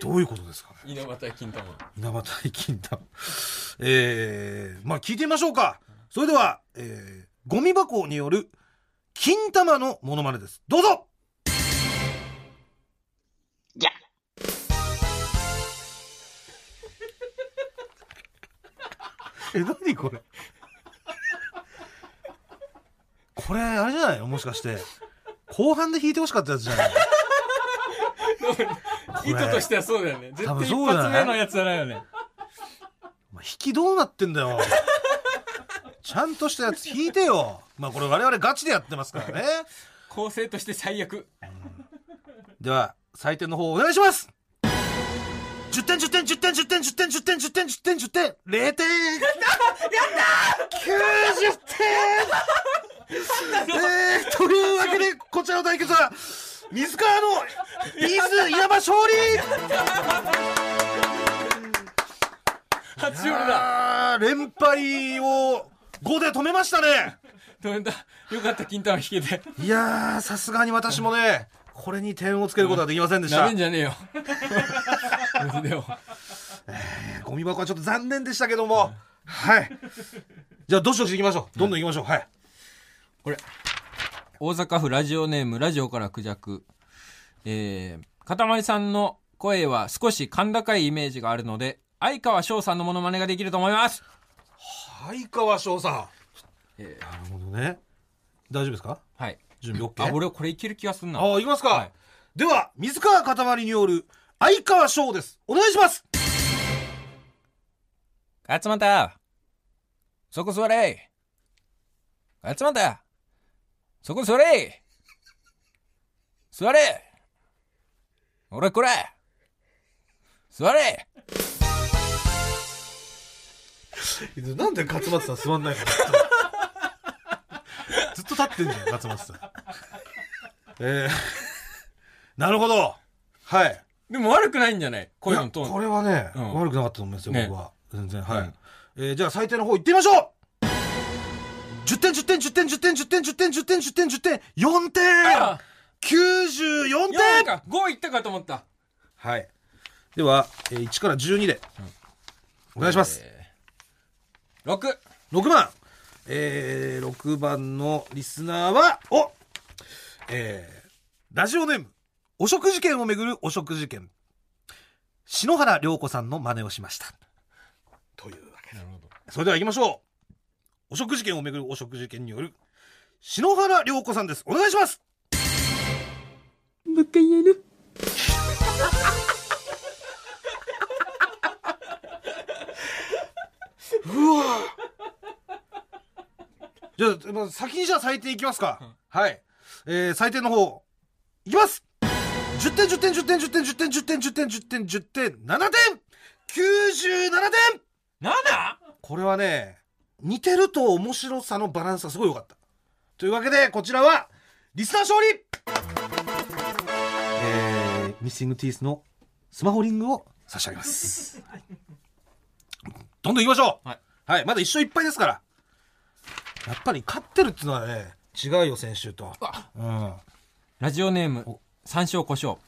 B: どういうことですかね
A: 稲葉対金玉。
B: 稲葉対金玉。えー、まあ聞いてみましょうか。それでは、えー、ゴミ箱による、金玉のモノマネです。どうぞ え、なにこれこれ、あれじゃないのもしかして。後半で弾いてほしかったやつじゃない
A: 意図としてはそうだよね。絶
B: 多
A: 対
B: 分
A: 一
B: そうだね
A: 発目のやつじゃないよね。
B: お前引きどうなってんだよ ちゃんとしたやつ引いてよまあこれ我々ガチでやってますからね
A: 構成として最悪。
B: では採点の方お願いします10点10点10点10点10点10点10点10点10点0点やったやった90点えー、というわけでこちらの対決は水川のビーズ稲葉勝利
A: 初勝利だ。
B: あー連敗を5で止めましたね
A: 止めた。よかった、金玉引けて。
B: いやー、さすがに私もね、これに点をつけることはできませんでし
A: な
B: た
A: めん。じゃねえよ。 でも
B: ゴミ箱はちょっと残念でしたけども。はい。じゃあ、どしどし行きましょう。どんどん行きましょう。はい。
A: これ。大阪府ラジオネーム、ラジオからクジャク。えー、かたまりさんの声は少し甲高いイメージがあるので、相川翔さんのモノマネができると思います。
B: はい、川翔さん。
A: え
B: なるほどね。大丈夫ですか
A: はい。
B: 準備 OK?
A: あ、俺これいける気がすんな。
B: あ行きますか。
A: はい
B: では、水川かたまりによる、相川翔です。お願いします
A: 勝俣そこ座れ勝俣そこ座れ座れ俺これ座れ
B: なんで勝俣さん座んないの ずっと立ってんじゃん、勝俣さん。えー、 なるほどはい。
A: でも悪くないんじゃない声のト
B: いや
A: ー
B: こ
A: ン。
B: れはね、
A: うん
B: 悪くなかったと思いますよ、
A: ね
B: 僕は。全然、はい。
A: うん
B: えーじゃあ最低の方行ってみましょう !10 点、10点、10点、10点、10点、10点、10点、10点、10点、4点
A: あ
B: !94
A: 4
B: 点
A: か !5 いったかと思った。
B: はい。では、えー1から12で、お願いします。
A: えー。6!
B: 6番、えー、6番のリスナーは、おえー、ラジオネーム、お食事券をめぐるお食事券。篠原涼子さんの真似をしました。というわけで。
A: なるほど。
B: それでは行きましょう。お食事券をめぐるお食事券による、篠原涼子さんです。お願いします
D: もう一回やる。
B: じゃあ、まあ先にじゃあ採点いきますか。はい。えー、採点の方、いきます10点、10点、10点、10点、10点、10点、10点、10点、10点、7点 !97 点
A: 7!
B: これはね、似てると面白さのバランスがすごい良かった。というわけで、こちらは、リスナー勝利えー、ミッシングティースのスマホリングを差し上げます。どんどん行きましょう、
A: は
B: はいい、まだ一勝いっぱいですから。やっぱり勝ってるっていうのはね、違うよ、先週と。うん。
A: ラジオネーム、山椒胡椒。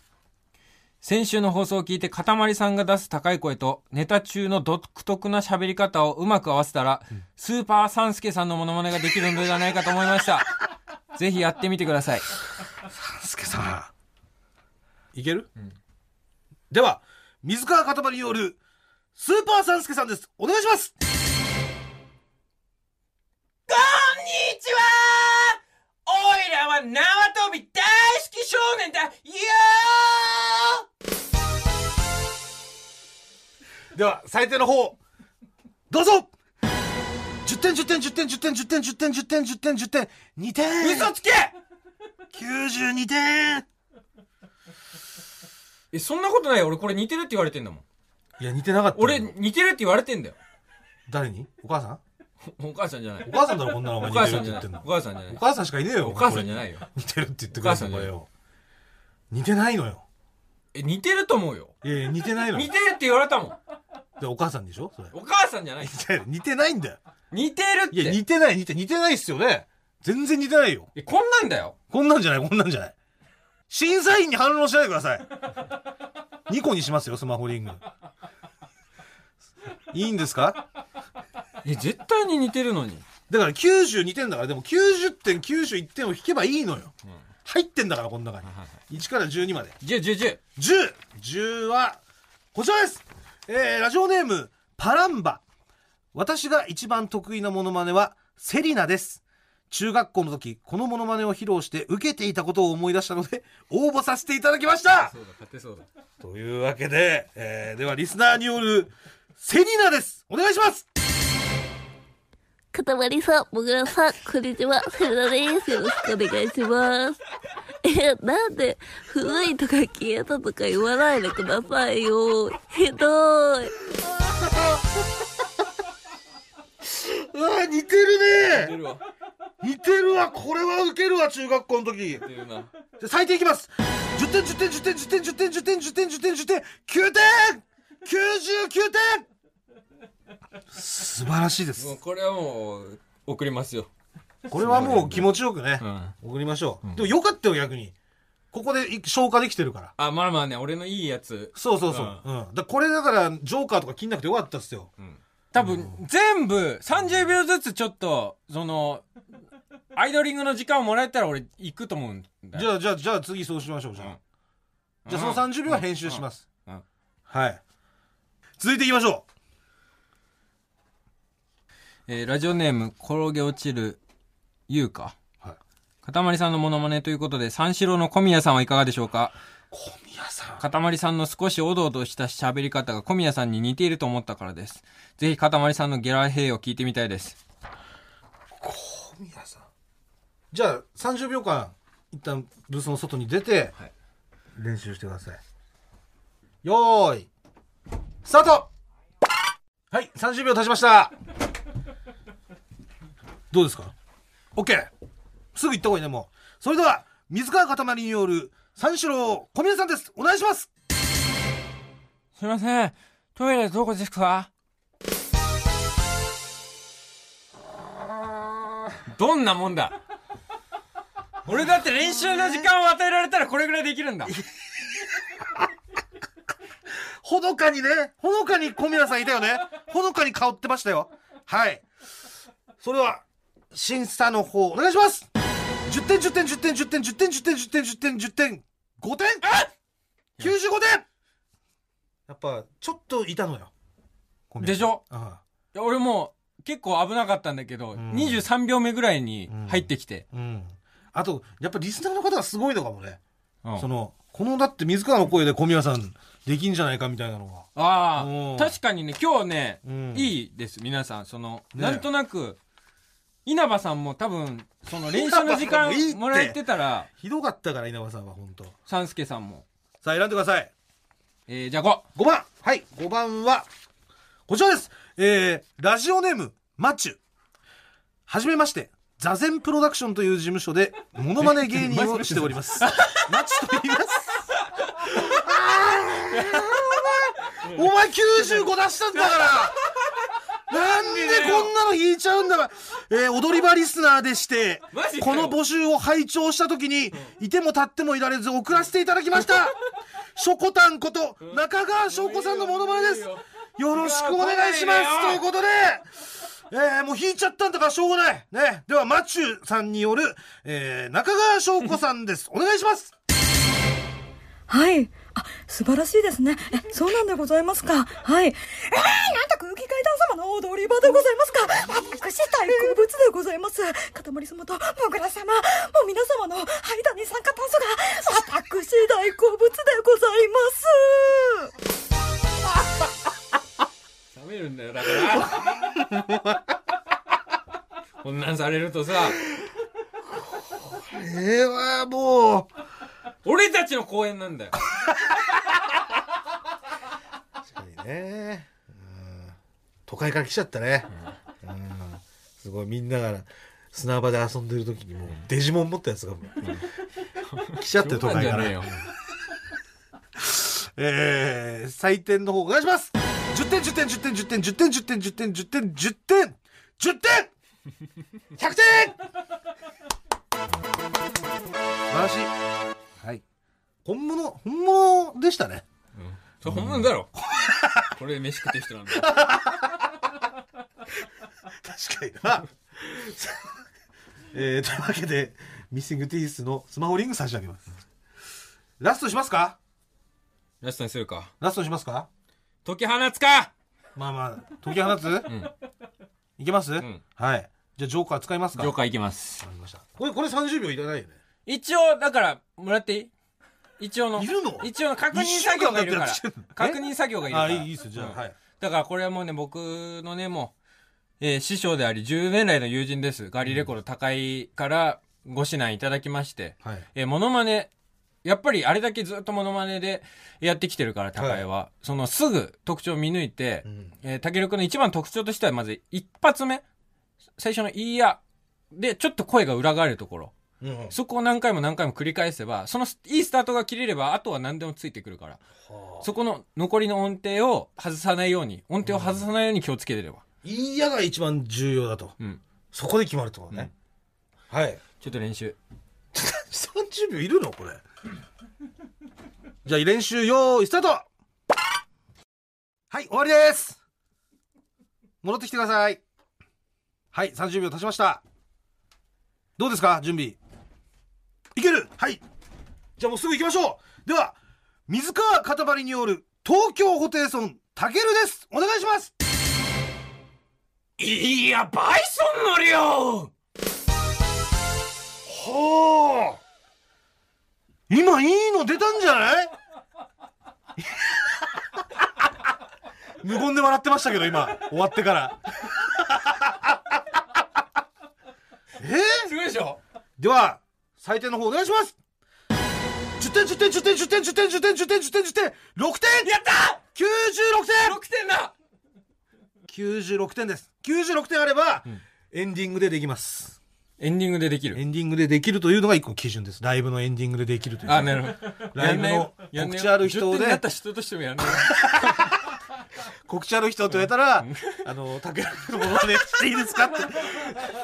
A: 先週の放送を聞いて、かたまりさんが出す高い声と、ネタ中の独特な喋り方をうまく合わせたら、スーパーサンスケさんのモノマネができるのではないかと思いま した。ぜひやってみてください。
B: すけさん。いける、では、水川かたまりによる、スーパーサンスケさんです。お願いします
A: こんにちはおいらは縄跳び大好き少年だよ
B: では最低の方どうぞ10点10点10点10点10点10点10点10点10点2点
A: 嘘つけ
B: 92点
A: え、そんなことないよ。俺これ似てるって言われてんだもん。
B: いや似てなかったよ
A: 俺似てるって言われてんだよ。
B: 誰にお母さん
A: お母さんじゃない
B: お。母さんだろこんなのお
A: お
B: 前
A: 母
B: 似て
A: さ
B: るっ
A: ん
B: て
A: じゃな
B: 言ってん
A: い
B: の。
A: お母さんじゃ
B: お
A: ない。
B: 母さんしかいねえよ
A: お母さんじゃないよ。
B: 似てるって言ってくれ
A: お母さ
B: た
A: ん
B: の
A: じゃな
B: こ
A: い
B: れよ似てないのよ
A: え、似てると思うよ。
B: いやいや似てないの
A: 似
B: よ
A: てるって言われたもん。
B: でお母さんでしょそれ
A: お母さんじゃない。
B: いや似てないんだよ
A: 似てるっ
B: いや
A: て。
B: 似てない似て似てないっすよね全然似てないよ
A: え、こんなんだよ。
B: こんなんじゃない、こんなんじゃない。審査員に反応しないでください。2個にしますよ、スマホリング。いいんですか
A: え、絶対に似てるの に。
B: だから92点だから、でも90点、91点を引けばいいのよ。入ってんだから、この中に。1から12まで。
A: 10、10、10。
B: 10!10 は、こちらですえー、ラジオネーム、パランバ。私が一番得意なモノマネは、セリナです。中学校の時、このモノマネを披露して受けていたことを思い出したので、応募させていただきました
A: そうだ、勝てそうだ。
B: というわけで、えー、ではリスナーによる、セリナですお願いします
D: かたまりさん、もぐらさん、こんにちは、セルナです。よろしくお願いします。え、なんで、古いとか消えたとか言わないでくださいよ。ひどい。
B: うわ、似てる
A: 似て
B: ね
A: るわ。
B: 似てるわこれはウケるわ、中学校の時。
A: 似てるな。
B: で最低いきます10点10点10点10点10点10点10点10点10点9点99点素晴らしいで
A: もう
B: す
A: これはもう、送りますよ。
B: これはもう気持ちよくね、
A: うん
B: 送りましょう、でもよかったよ逆にここでい消化できてるから
A: あ、まあまあね、俺のいいやつ。
B: そうそうそう、うんだこれだからジョーカーとか切んなくてよかったっすよ、
A: 多分、全部、30秒ずつちょっと、その、アイドリングの時間をもらえたら俺、行くと思うんだ
B: じ
A: よ。
B: ゃあじゃあじゃあ次そうしましょうじゃあ、じゃあその
A: うん
B: 30秒は編集します、
A: うんうん
B: はい続いていきましょ
A: えーラジオネーム、転げ落ちる、優香。
B: う、はい、
A: かたまりさんのモノマネということで、三四郎の小宮さんはいかがでしょうか
B: 小宮さん
A: かたまりさんの少しおどおどした喋り方が小宮さんに似ていると思ったからです。ぜひかたまりさんのゲラヘイを聞いてみたいです。
B: 小宮さんじゃあ30秒間一旦ブースの外に出て
A: はい
B: 練習してください、よーいスタートはい、30秒経ちました。どうですか ?OK。すぐ行った方がいいね、もう。それでは、水川かたまりによる三四郎小宮さんです。お願いします
A: すいません。トイレどこですかどんなもんだ俺だって練習の時間を与えられたらこれぐらいできるんだ。
B: ほのかにね、ほのかに小宮さんいたよね。ほのかに香ってましたよ。はい。それでは、審査の方、お願いします10点、10点、10点、10点、10点、10点、10点、10点、10点、5点 !95 点やっぱ、ちょっといたのよ。小宮
A: で
B: さん
A: しょ
B: あ
A: いや俺もう結構危なかったんだけど、
B: ん
A: 23秒目ぐらいに入ってきて。
B: あうん。あと、やっぱリスナーの方がすごいのかもね。
A: うん
B: その、この、だって水川の声で小宮さんできんじゃないかみたいなのが。
A: あ
B: うん
A: あ、確かにね、今日ね、
B: うん
A: いいです、皆さん。その、
B: ね
A: なんとなく、稲葉さんも多分、その練習の時間
B: 稲葉さんもいいって
A: もらえてたら、
B: ひどかったから、稲葉さんは、本当
A: 三助さんも。
B: さあ、選んでください。
A: えー、じゃあ5。
B: 5番はい、5番は、こちらですえー、ラジオネーム、マチュ。はじめまして、座禅プロダクションという事務所で、モノマネ芸 人をしております。マチュと言います。あーお前お前95出したんだからなんでこんなの引いちゃうんだから、えー踊り場リスナーでして
C: マジ、か
B: こ
C: よ
B: の募集を拝聴した時に、いても立ってもいられず送らせていただきましたしょこたんこと中川翔子さんのモノマネですよろしくお願いしますということでえー、もう引いちゃったんだからしょうがないねではマチューさんによる、えー、中川翔子さんですお願いします
E: はい。あ、素晴らしいですね。え、そうなんでございますか。はい。えー、なんと空気階段様の踊り場でございますか。私、大好物でございます。かたまり様ともぐら様、もう皆様の間に酸化炭素が、私、大好物でございます。
A: 冷めるんだよ、だから。 こんなんされるとさ、
B: ええはもう
A: 俺たちの公演なんだよ。
B: 確かにね、うん、都会から来ちゃったね、うん、すごいみんなが砂場で遊んでる時にもうデジモン持ったやつが、来ちゃってる都会から
A: 冗談じゃね
B: えー、採点の方お願いします10点10点10点10点10点10点10点10点10点10点100点素晴らしいはい本物本物でしたね
A: えようんそれ本物 だろ。これ飯食ってる人なんだよ。
B: 確かにな えー、というわけでミッシングティースのスマホリング差し上げますラストしますか
A: ラストにするか。
B: ラストしますか
A: 解き放つか
B: まあまあ解き放つ、いけます、
A: ん
B: はいじゃあジョーカー使いますか
A: ジョーカーいきます。
B: わかりましたこれこれ30秒いらないよね
A: 一応、だから、もらっていい一応の。
B: いるの
A: 一応の確認作業がいるから
B: 一週間やってるやつしてんの。
A: 確認作業がいるから。
B: あいいいいっすよじゃあ、
A: うん
B: はい
A: だからこれはもうね、僕のね、もう、えー師匠であり、10年来の友人です。ガリレコの高井からご指南いただきまして、
B: はい
A: えーモノマネ、やっぱりあれだけずっとモノマネでやってきてるから、高井は。そのすぐ特徴を見抜いて、
B: ん
A: えー、竹郎君の一番の特徴としては、まず一発目、最初のいいや、で、ちょっと声が裏返るところ。
B: うん
A: そこを何回も何回も繰り返せば、そのいいスタートが切れれば、あとは何でもついてくるから。そこの残りの音程を外さないように、音程を外さないように気をつけてれば。
B: いいやが一番重要だと
A: うん。
B: そこで決まるってことね、はい
A: ちょっと練習。
B: 30秒いるのこれじゃあ練習用意スタートはい終わりです戻ってきてくださいはい30秒経ちましたどうですか準備いけるはいじゃあもうすぐ行きましょうでは水川かたまりによる東京ホテイソンたけるですお願いします
C: いや、バイソンの量
B: はあ今いいの出たんじゃない無言で笑ってましたけど今終わってからえ
A: すごいでしょ
B: ー、では採点の方お願いします10点10点10点10点10点10点10点10点10点6点やった96点
A: 点だ
B: 96点です。96点あれば、エンディングでできます。
A: エンディングででき
B: エ
A: る。
B: ンディングでできるというのが一個の基準です。ライブのエンディングでできるという。
A: あ、なるほど。
B: ライブの
A: やんないよ
B: 告知ある人
A: 10点になっ
B: で
A: た、人としてもやんないよ。
B: 告知ある人と言われたら、あの、竹中君のものまねしていいですかって、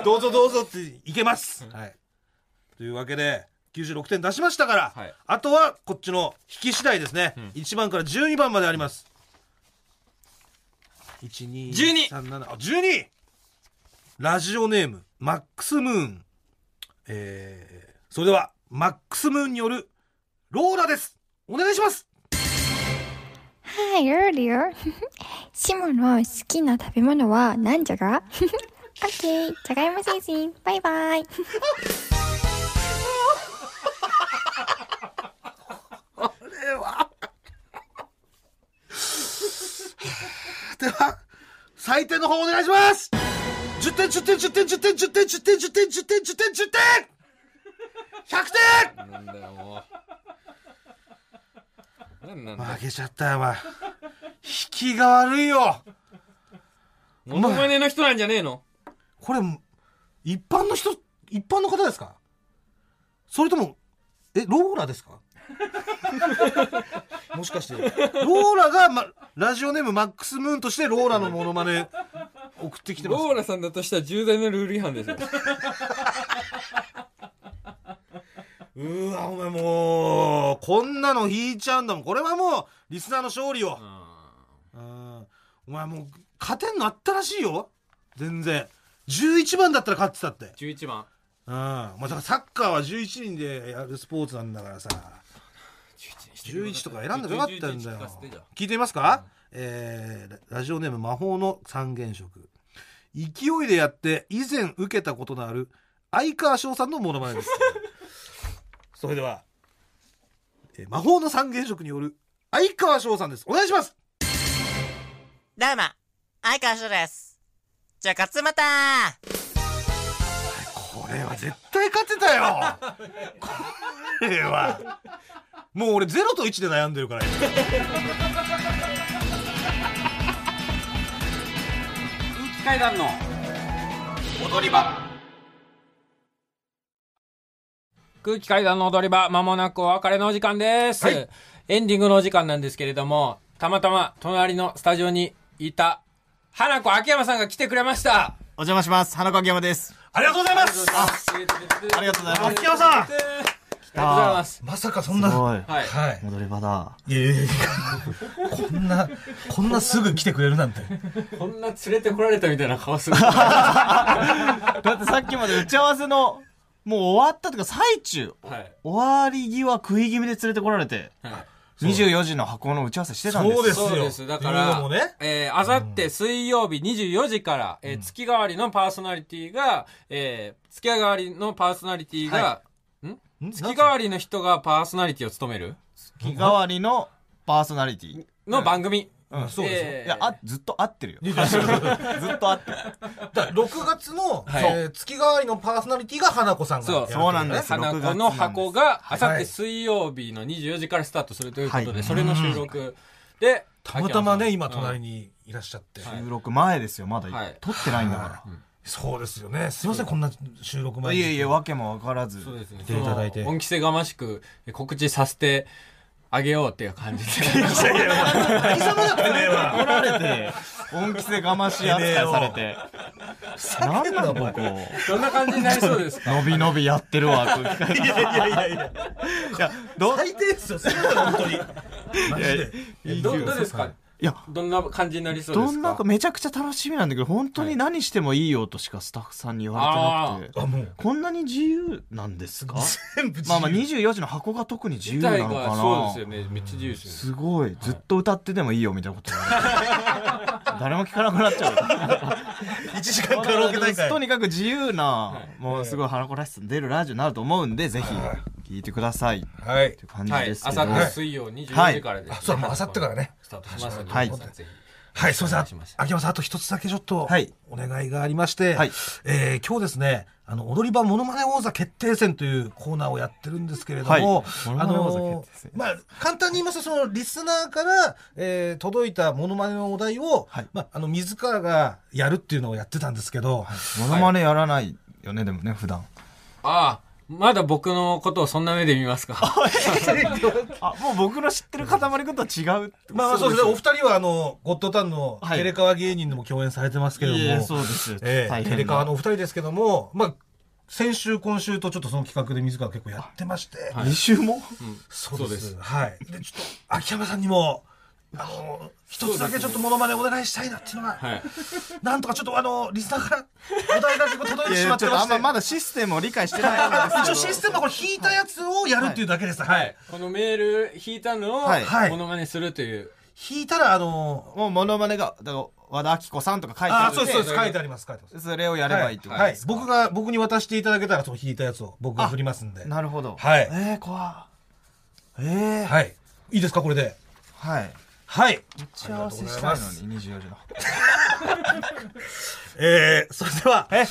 B: どうぞどうぞっていけます。はい。というわけで、96点出しましたから、
A: はい
B: あとはこっちの引き次第ですね。1番から12番まであります。1、2、
A: 12
B: 3、7、あ、12! ラジオネーム、マックスムーン。えー、それでは、マックスムーンによる、ローラですお願いします
F: Hi, earlier. シモの好きな食べ物は何じゃが ?Okay, じゃがいも星人、バイバイ。
B: では、採点の方お願いします10点、10点、10点、10点、10点、10点、10点、10点、10点、10点 !100 点
A: なんだよ、もう。なんなんだよ
B: 負。けちゃったよ、お前。引きが悪いよ
A: モノマネの人なんじゃねえの
B: これ、一般の人、一般の方ですかそれとも、え、ローラですか もしかして、ローラが、ま、ラジオネームマックスムーンとしてローラのモノマネ送ってきてます
A: ローラさんだとしたら重大なルール違反ですよ。
B: うーわ、お前もう、こんなの引いちゃうんだもん。これはもう、リスナーの勝利よ。うんお前もう、勝てんのあったらしいよ。全然。11番だったら勝ってたって。
A: 11番。
B: うん。まあ、だからサッカーは11人でやるスポーツなんだからさ。11とか選んだらよかったんだよ。聞いてみますか、えーララジオネーム魔法の三原色。勢いでやって、以前受けたことのある、相川翔さんのモノマネです。 それでは、えー魔法の三原色による、相川翔さんです。お願いします
G: どうも、相川翔です。じゃあ、勝つまた
B: これは絶対勝てたよこれは。もう俺0と1で悩んでるから。今
A: 空気階段の踊り場空気階段の踊り場まもなくお別れのお時間です、
B: はい
A: エンディングのお時間なんですけれどもたまたま隣のスタジオにいた花子秋山さんが来てくれました
G: お邪魔します。花子秋山です。
B: ありがとうございます
A: あ
G: ありがとうございます
B: 秋山さん
A: ありがとうございます
B: まさかそんな。
G: おい。
A: はい
B: はい。
G: 戻れ場だ。
B: いやいやいやこんな、 こんなすぐ来てくれるなんて。
A: こんな連れてこられたみたいな顔 する
G: だってさっきまで打ち合わせの、もう終わったとか最中、
A: はい
G: 終わり際食い気味で連れてこられて、
A: はい
G: 24時の箱の打ち合わせしてたんです
B: そうですよ
A: そうです。だか
B: っていう
A: ら
B: のもね、
A: えーあさって水曜日24時から、えー月替わりのパーソナリティが、えー月替わりのパーソナリティが、ん月替わりの人がパーソナリティを務める
G: 日替わりのパーソナリティ。
A: の番組。
G: うん、
B: そうですよ
A: えー
G: いや、あ、ずっと合ってる よ。ずっと合ってる。
B: だ6月の、
A: はい
B: えー月替わりのパーソナリティが花子さんが
A: そ
B: やっ
A: う
B: てる
G: そうなんです
A: 花
G: 6
A: 子
G: 月
A: の
G: の
A: 箱が、あ
B: い
A: さって水曜日の24時からスタートするということ
G: は
A: で、
G: い
A: それの収録で、
B: たまたまね、今隣
A: に。
B: にいらっしゃって。
A: はい
G: 収録前ですよ、まだ
A: はい。
G: 撮ってないんだか
B: そうですよね。すいません、こんな収録
G: ら。
B: 前
G: い
B: に。
G: えいえ、わけもわからず。
A: そうですね。
B: ていただいて
A: その恩着せがましくえ告知させてあげようっていう感じで。
B: 何様だってねえわ。
G: 怒られて、恩着せがましい扱いされて。なんなんだ、ここ。
A: どんな感じになりそうですか
G: 伸び伸びやってるわ、空気
B: い
G: 階段
B: やいやいやいや。
G: いや、どう、
B: 最低ですよ、そんなの本当に。マジで。
G: いい
A: ど
G: よ
A: どうですか
G: いや、
A: どんな感じになりそうですか
G: どんなんかめちゃくちゃ楽しみなんだけど、本当に何してもいいよとしかスタッフさんに言われてなくて。
B: あ、もう。
G: こんなに自由なんですか
B: 全部自由
G: まあまあ24時の箱が特に自由
A: 自
G: な
A: 体
G: のかな
A: がそうですよね。めっちゃ自由ですよね。
G: すごいずっと歌っててもいいよみたいなこと言われて誰も聞かなくなっちゃう
B: 1時間カラオケ大
G: と
B: 会。
G: にかく自由なもうすごい腹こらしさ出るラジオになると思うんでぜひ聞いてくださいっ
B: はい
G: て。いう感じ
A: はい
G: で。す
A: あ
G: け
A: さ
G: ど
A: って水曜24時からです、
B: あ、そう、もうあさってからね。
A: スタートしますので、
G: はい
A: 皆さんぜひ
B: はい、すみま
A: し
B: せん
A: ます。
B: 秋山さん、あと一つだけちょっと
G: はい、
B: お願いがありまして、
G: はい
B: えー今日ですね、あの、踊り場モノマネ王座決定戦というコーナーをやってるんですけれども、
G: はい
B: あ
G: モノマネ王座
B: の
G: 決定戦
B: まあ、簡単に言いますと、その、リスナーから、えー届いたモノマネのお題を、
G: はい
B: まあ、あの、自らがやるっていうのをやってたんですけど、
G: モノマネやらないよね、でもね、普段。
A: ああ、まだ僕のことをそんな目で見ますか。
G: あ、もう僕の知ってる塊くんとは違う。
B: まあまあ、そうですね、お二人は、あの、ゴッドタンの
G: はい
B: テレカワ芸人でも共演されてますけれども、
G: いえ、そうですよ。
B: え
G: 大
B: え
G: 変な
B: テレカワのお二人ですけども、まあ、先週、今週とちょっとその企画で自ら結構やってまして、
G: 二週も
B: そうです。はい。で、ちょっと、秋山さんにも、あの、一つだけちょっとモノマネお願いしたいなっていうのが、
A: はい。
B: なんとかちょっとあの、リスナーから、お題が結構届いてしまってま
G: あ
B: し
G: ん
B: て。
G: ままだシステムを理解してないんで
B: 一
G: す
B: 応システムはこれ引いたやつをやるっていうだけです。は
A: はいい。。このメール引いたのを、
G: はい
B: はい
A: モノマネするという。
B: 引いたら、あの、
G: もうモノマネが、だから和田アキ子さんとか書いて
B: あ
G: あ
B: あ、
G: る
B: そうです、そうです。
G: で
B: 書いてあります、書いてます。
G: それをやればいいってこと
B: は
G: で
B: い。
G: すか。
B: 僕が、僕に渡していただけたら、その引いたやつを僕が振りますんで。
G: なるほど。
B: はい
G: ええ、怖いええ、
B: はい。いいですか、これで。
G: はい。
B: はい。
G: 打ち合わせしたいのに、24時の。
B: えー、それでは、え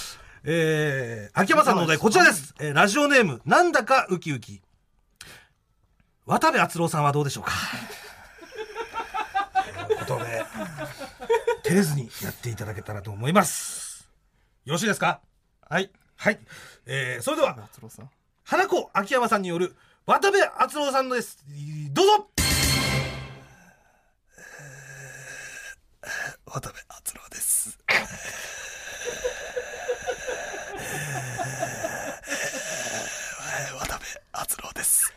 B: えー、秋山さんのお題、こちらです。えー、ラジオネーム、なんだかウキウキ。渡部篤郎さんはどうでしょうか ということで、照れずにやっていただけたらと思います。よろしいですか
G: はい。
B: はい。えー、それでは、
G: 達郎さん。
B: 花子秋山さんによる、渡部篤郎さんのです。どうぞ
G: 渡部篤郎です。渡部篤郎です。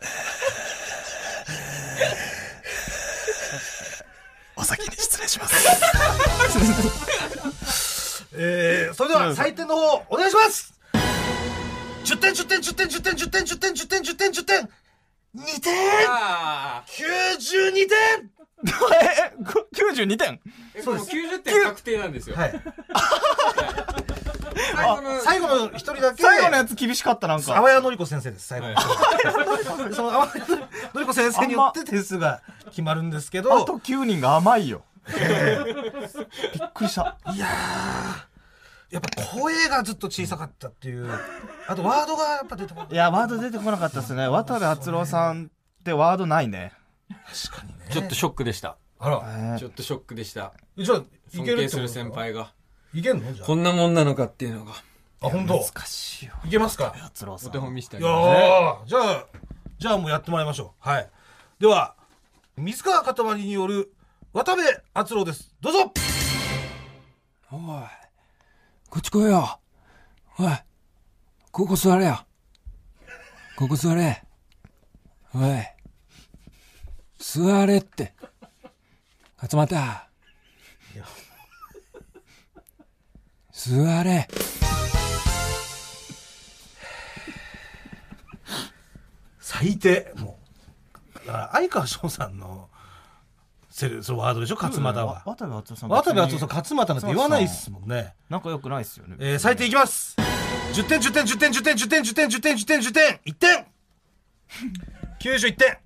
G: お先に失礼します。
B: えー、それでは採点の方お願いします10点10点10点10点10点10点10点10点10点2点
A: あ
B: 92点
G: え、九十二点。
A: あ。そうです。90点確定なんですよ。
B: はい
A: 最後の
B: 最後の一人だけ
G: 最後のやつ厳しかったなんか。
B: 淡谷のり子先生です最後の人その淡谷のり子先生によって点数が決まるんですけ
G: あ
B: ど
G: と九人が甘いよ。びっくりした。
B: いやーやっぱ声がずっと小さかったっていうあとワードがやっぱ出てこない
G: いや、ワード出てこなかったですね。渡部篤郎さんってワードないね。
B: 確かにね
A: ちょっとショックでした。
B: あら
A: ちょっとショックでした。
B: じゃあい
A: 尊
B: け
A: 敬
B: るって
A: す
B: こと
A: る先輩が。
B: いけんのじゃ
A: こんなもんなのかっていうのが、
B: ああ本当
G: 難しいよ。
B: いけますか
G: 篤郎さ
A: お
G: ん
A: 手。本見せてあ
B: い
A: げ
B: や
A: ま
B: ーじゃあ、じゃあもうやってもらいましょう。はい。では、水川かたまりによる渡部篤郎です。どうぞ
A: す。おい、こっち来いよ。おい、ここ座れよ。ここ座れ。おい、座れって。勝俣。座れ。
B: 最低。もう。だから、相川翔さんの、セル、そのワードでしょ勝俣は。
G: 渡部篤郎さん。
B: 渡部篤郎さん、勝俣なんて言わないっすもんね。
G: 仲良くないっすよね。
B: えー、最低いきます。10点、10点、10点、10点、10点、10点、10点、10点、10点、1点 !91 点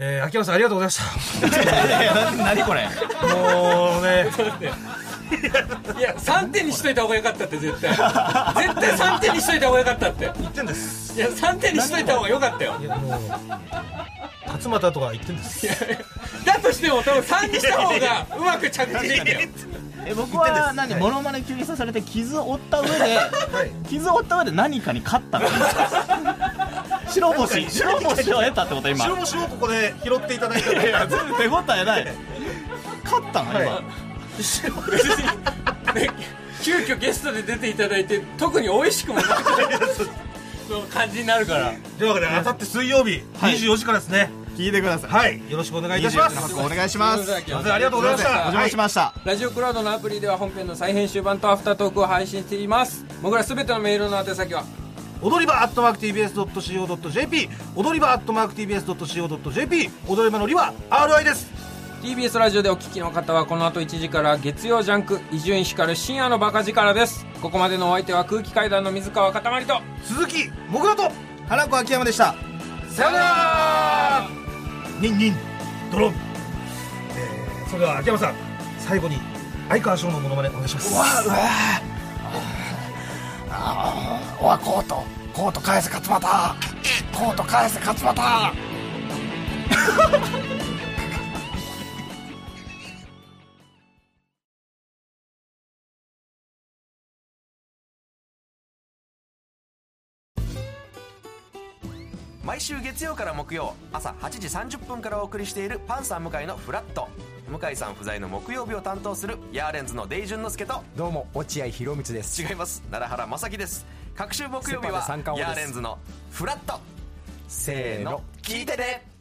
B: えー、秋山さんありがとうございました。
G: なにこれ
B: もうね、
A: いや、3点にしといた方がよかったって、絶対。絶対3点にしといた方がよかったって。い
B: 1点です。
A: や、3点にしといた方がよかったよ
B: い。や、もう、勝俣とか1点です。
A: だとしても、多分3にした方が、うまく着地できたよ。
G: え僕は何モノマネ急に刺されて傷を負った上で、傷を負った上で何かに勝ったの白星白星を得たってこと今
B: 白星をここで拾っていただいた
G: いや全部手応えない勝ったの今、
A: 別に、ね急遽ゲストで出ていただいて特に美味しくもなくの感じになるから
B: というわけで、あさって水曜日、
G: はい
B: 24時からですね。
G: 聞いてください
B: はい、よろしくお願いいたします。
G: 24お願いします
A: すいません
B: すいませんありがとうございました
G: お邪魔しました、
A: ラジオクラウドのアプリでは本編の再編集版とアフタートークを配信しています僕らすべてのメールの宛先は
B: 踊り場アットマーク TBS.CO.JP 踊り場アットマーク TBS.CO.JP 踊り場のりは RI です
A: TBS ラジオでお聞きの方はこの後1時から月曜ジャンク伊集院光る深夜のバカ力ですここまでのお相手は空気階段の水川かたまりと
B: 鈴木もぐらと
G: 花子秋山でした
B: さよならニンニンドロン、えーそれでは秋山さん最後に相川翔のモノマネお願いします
H: おはコートコート返せ勝俣コート返せ勝俣
I: 毎週月曜から木曜朝8時30分からお送りしているパンサー向井のフラット向井さん不在の木曜日を担当するヤーレンズのデイジュンの之介と
H: どうも落合博満です
I: 違います奈良原正樹です各週木曜日は
H: セパで三冠王
I: ヤ
H: で
I: ー
H: す
I: レンズのフラットせーの聞いてね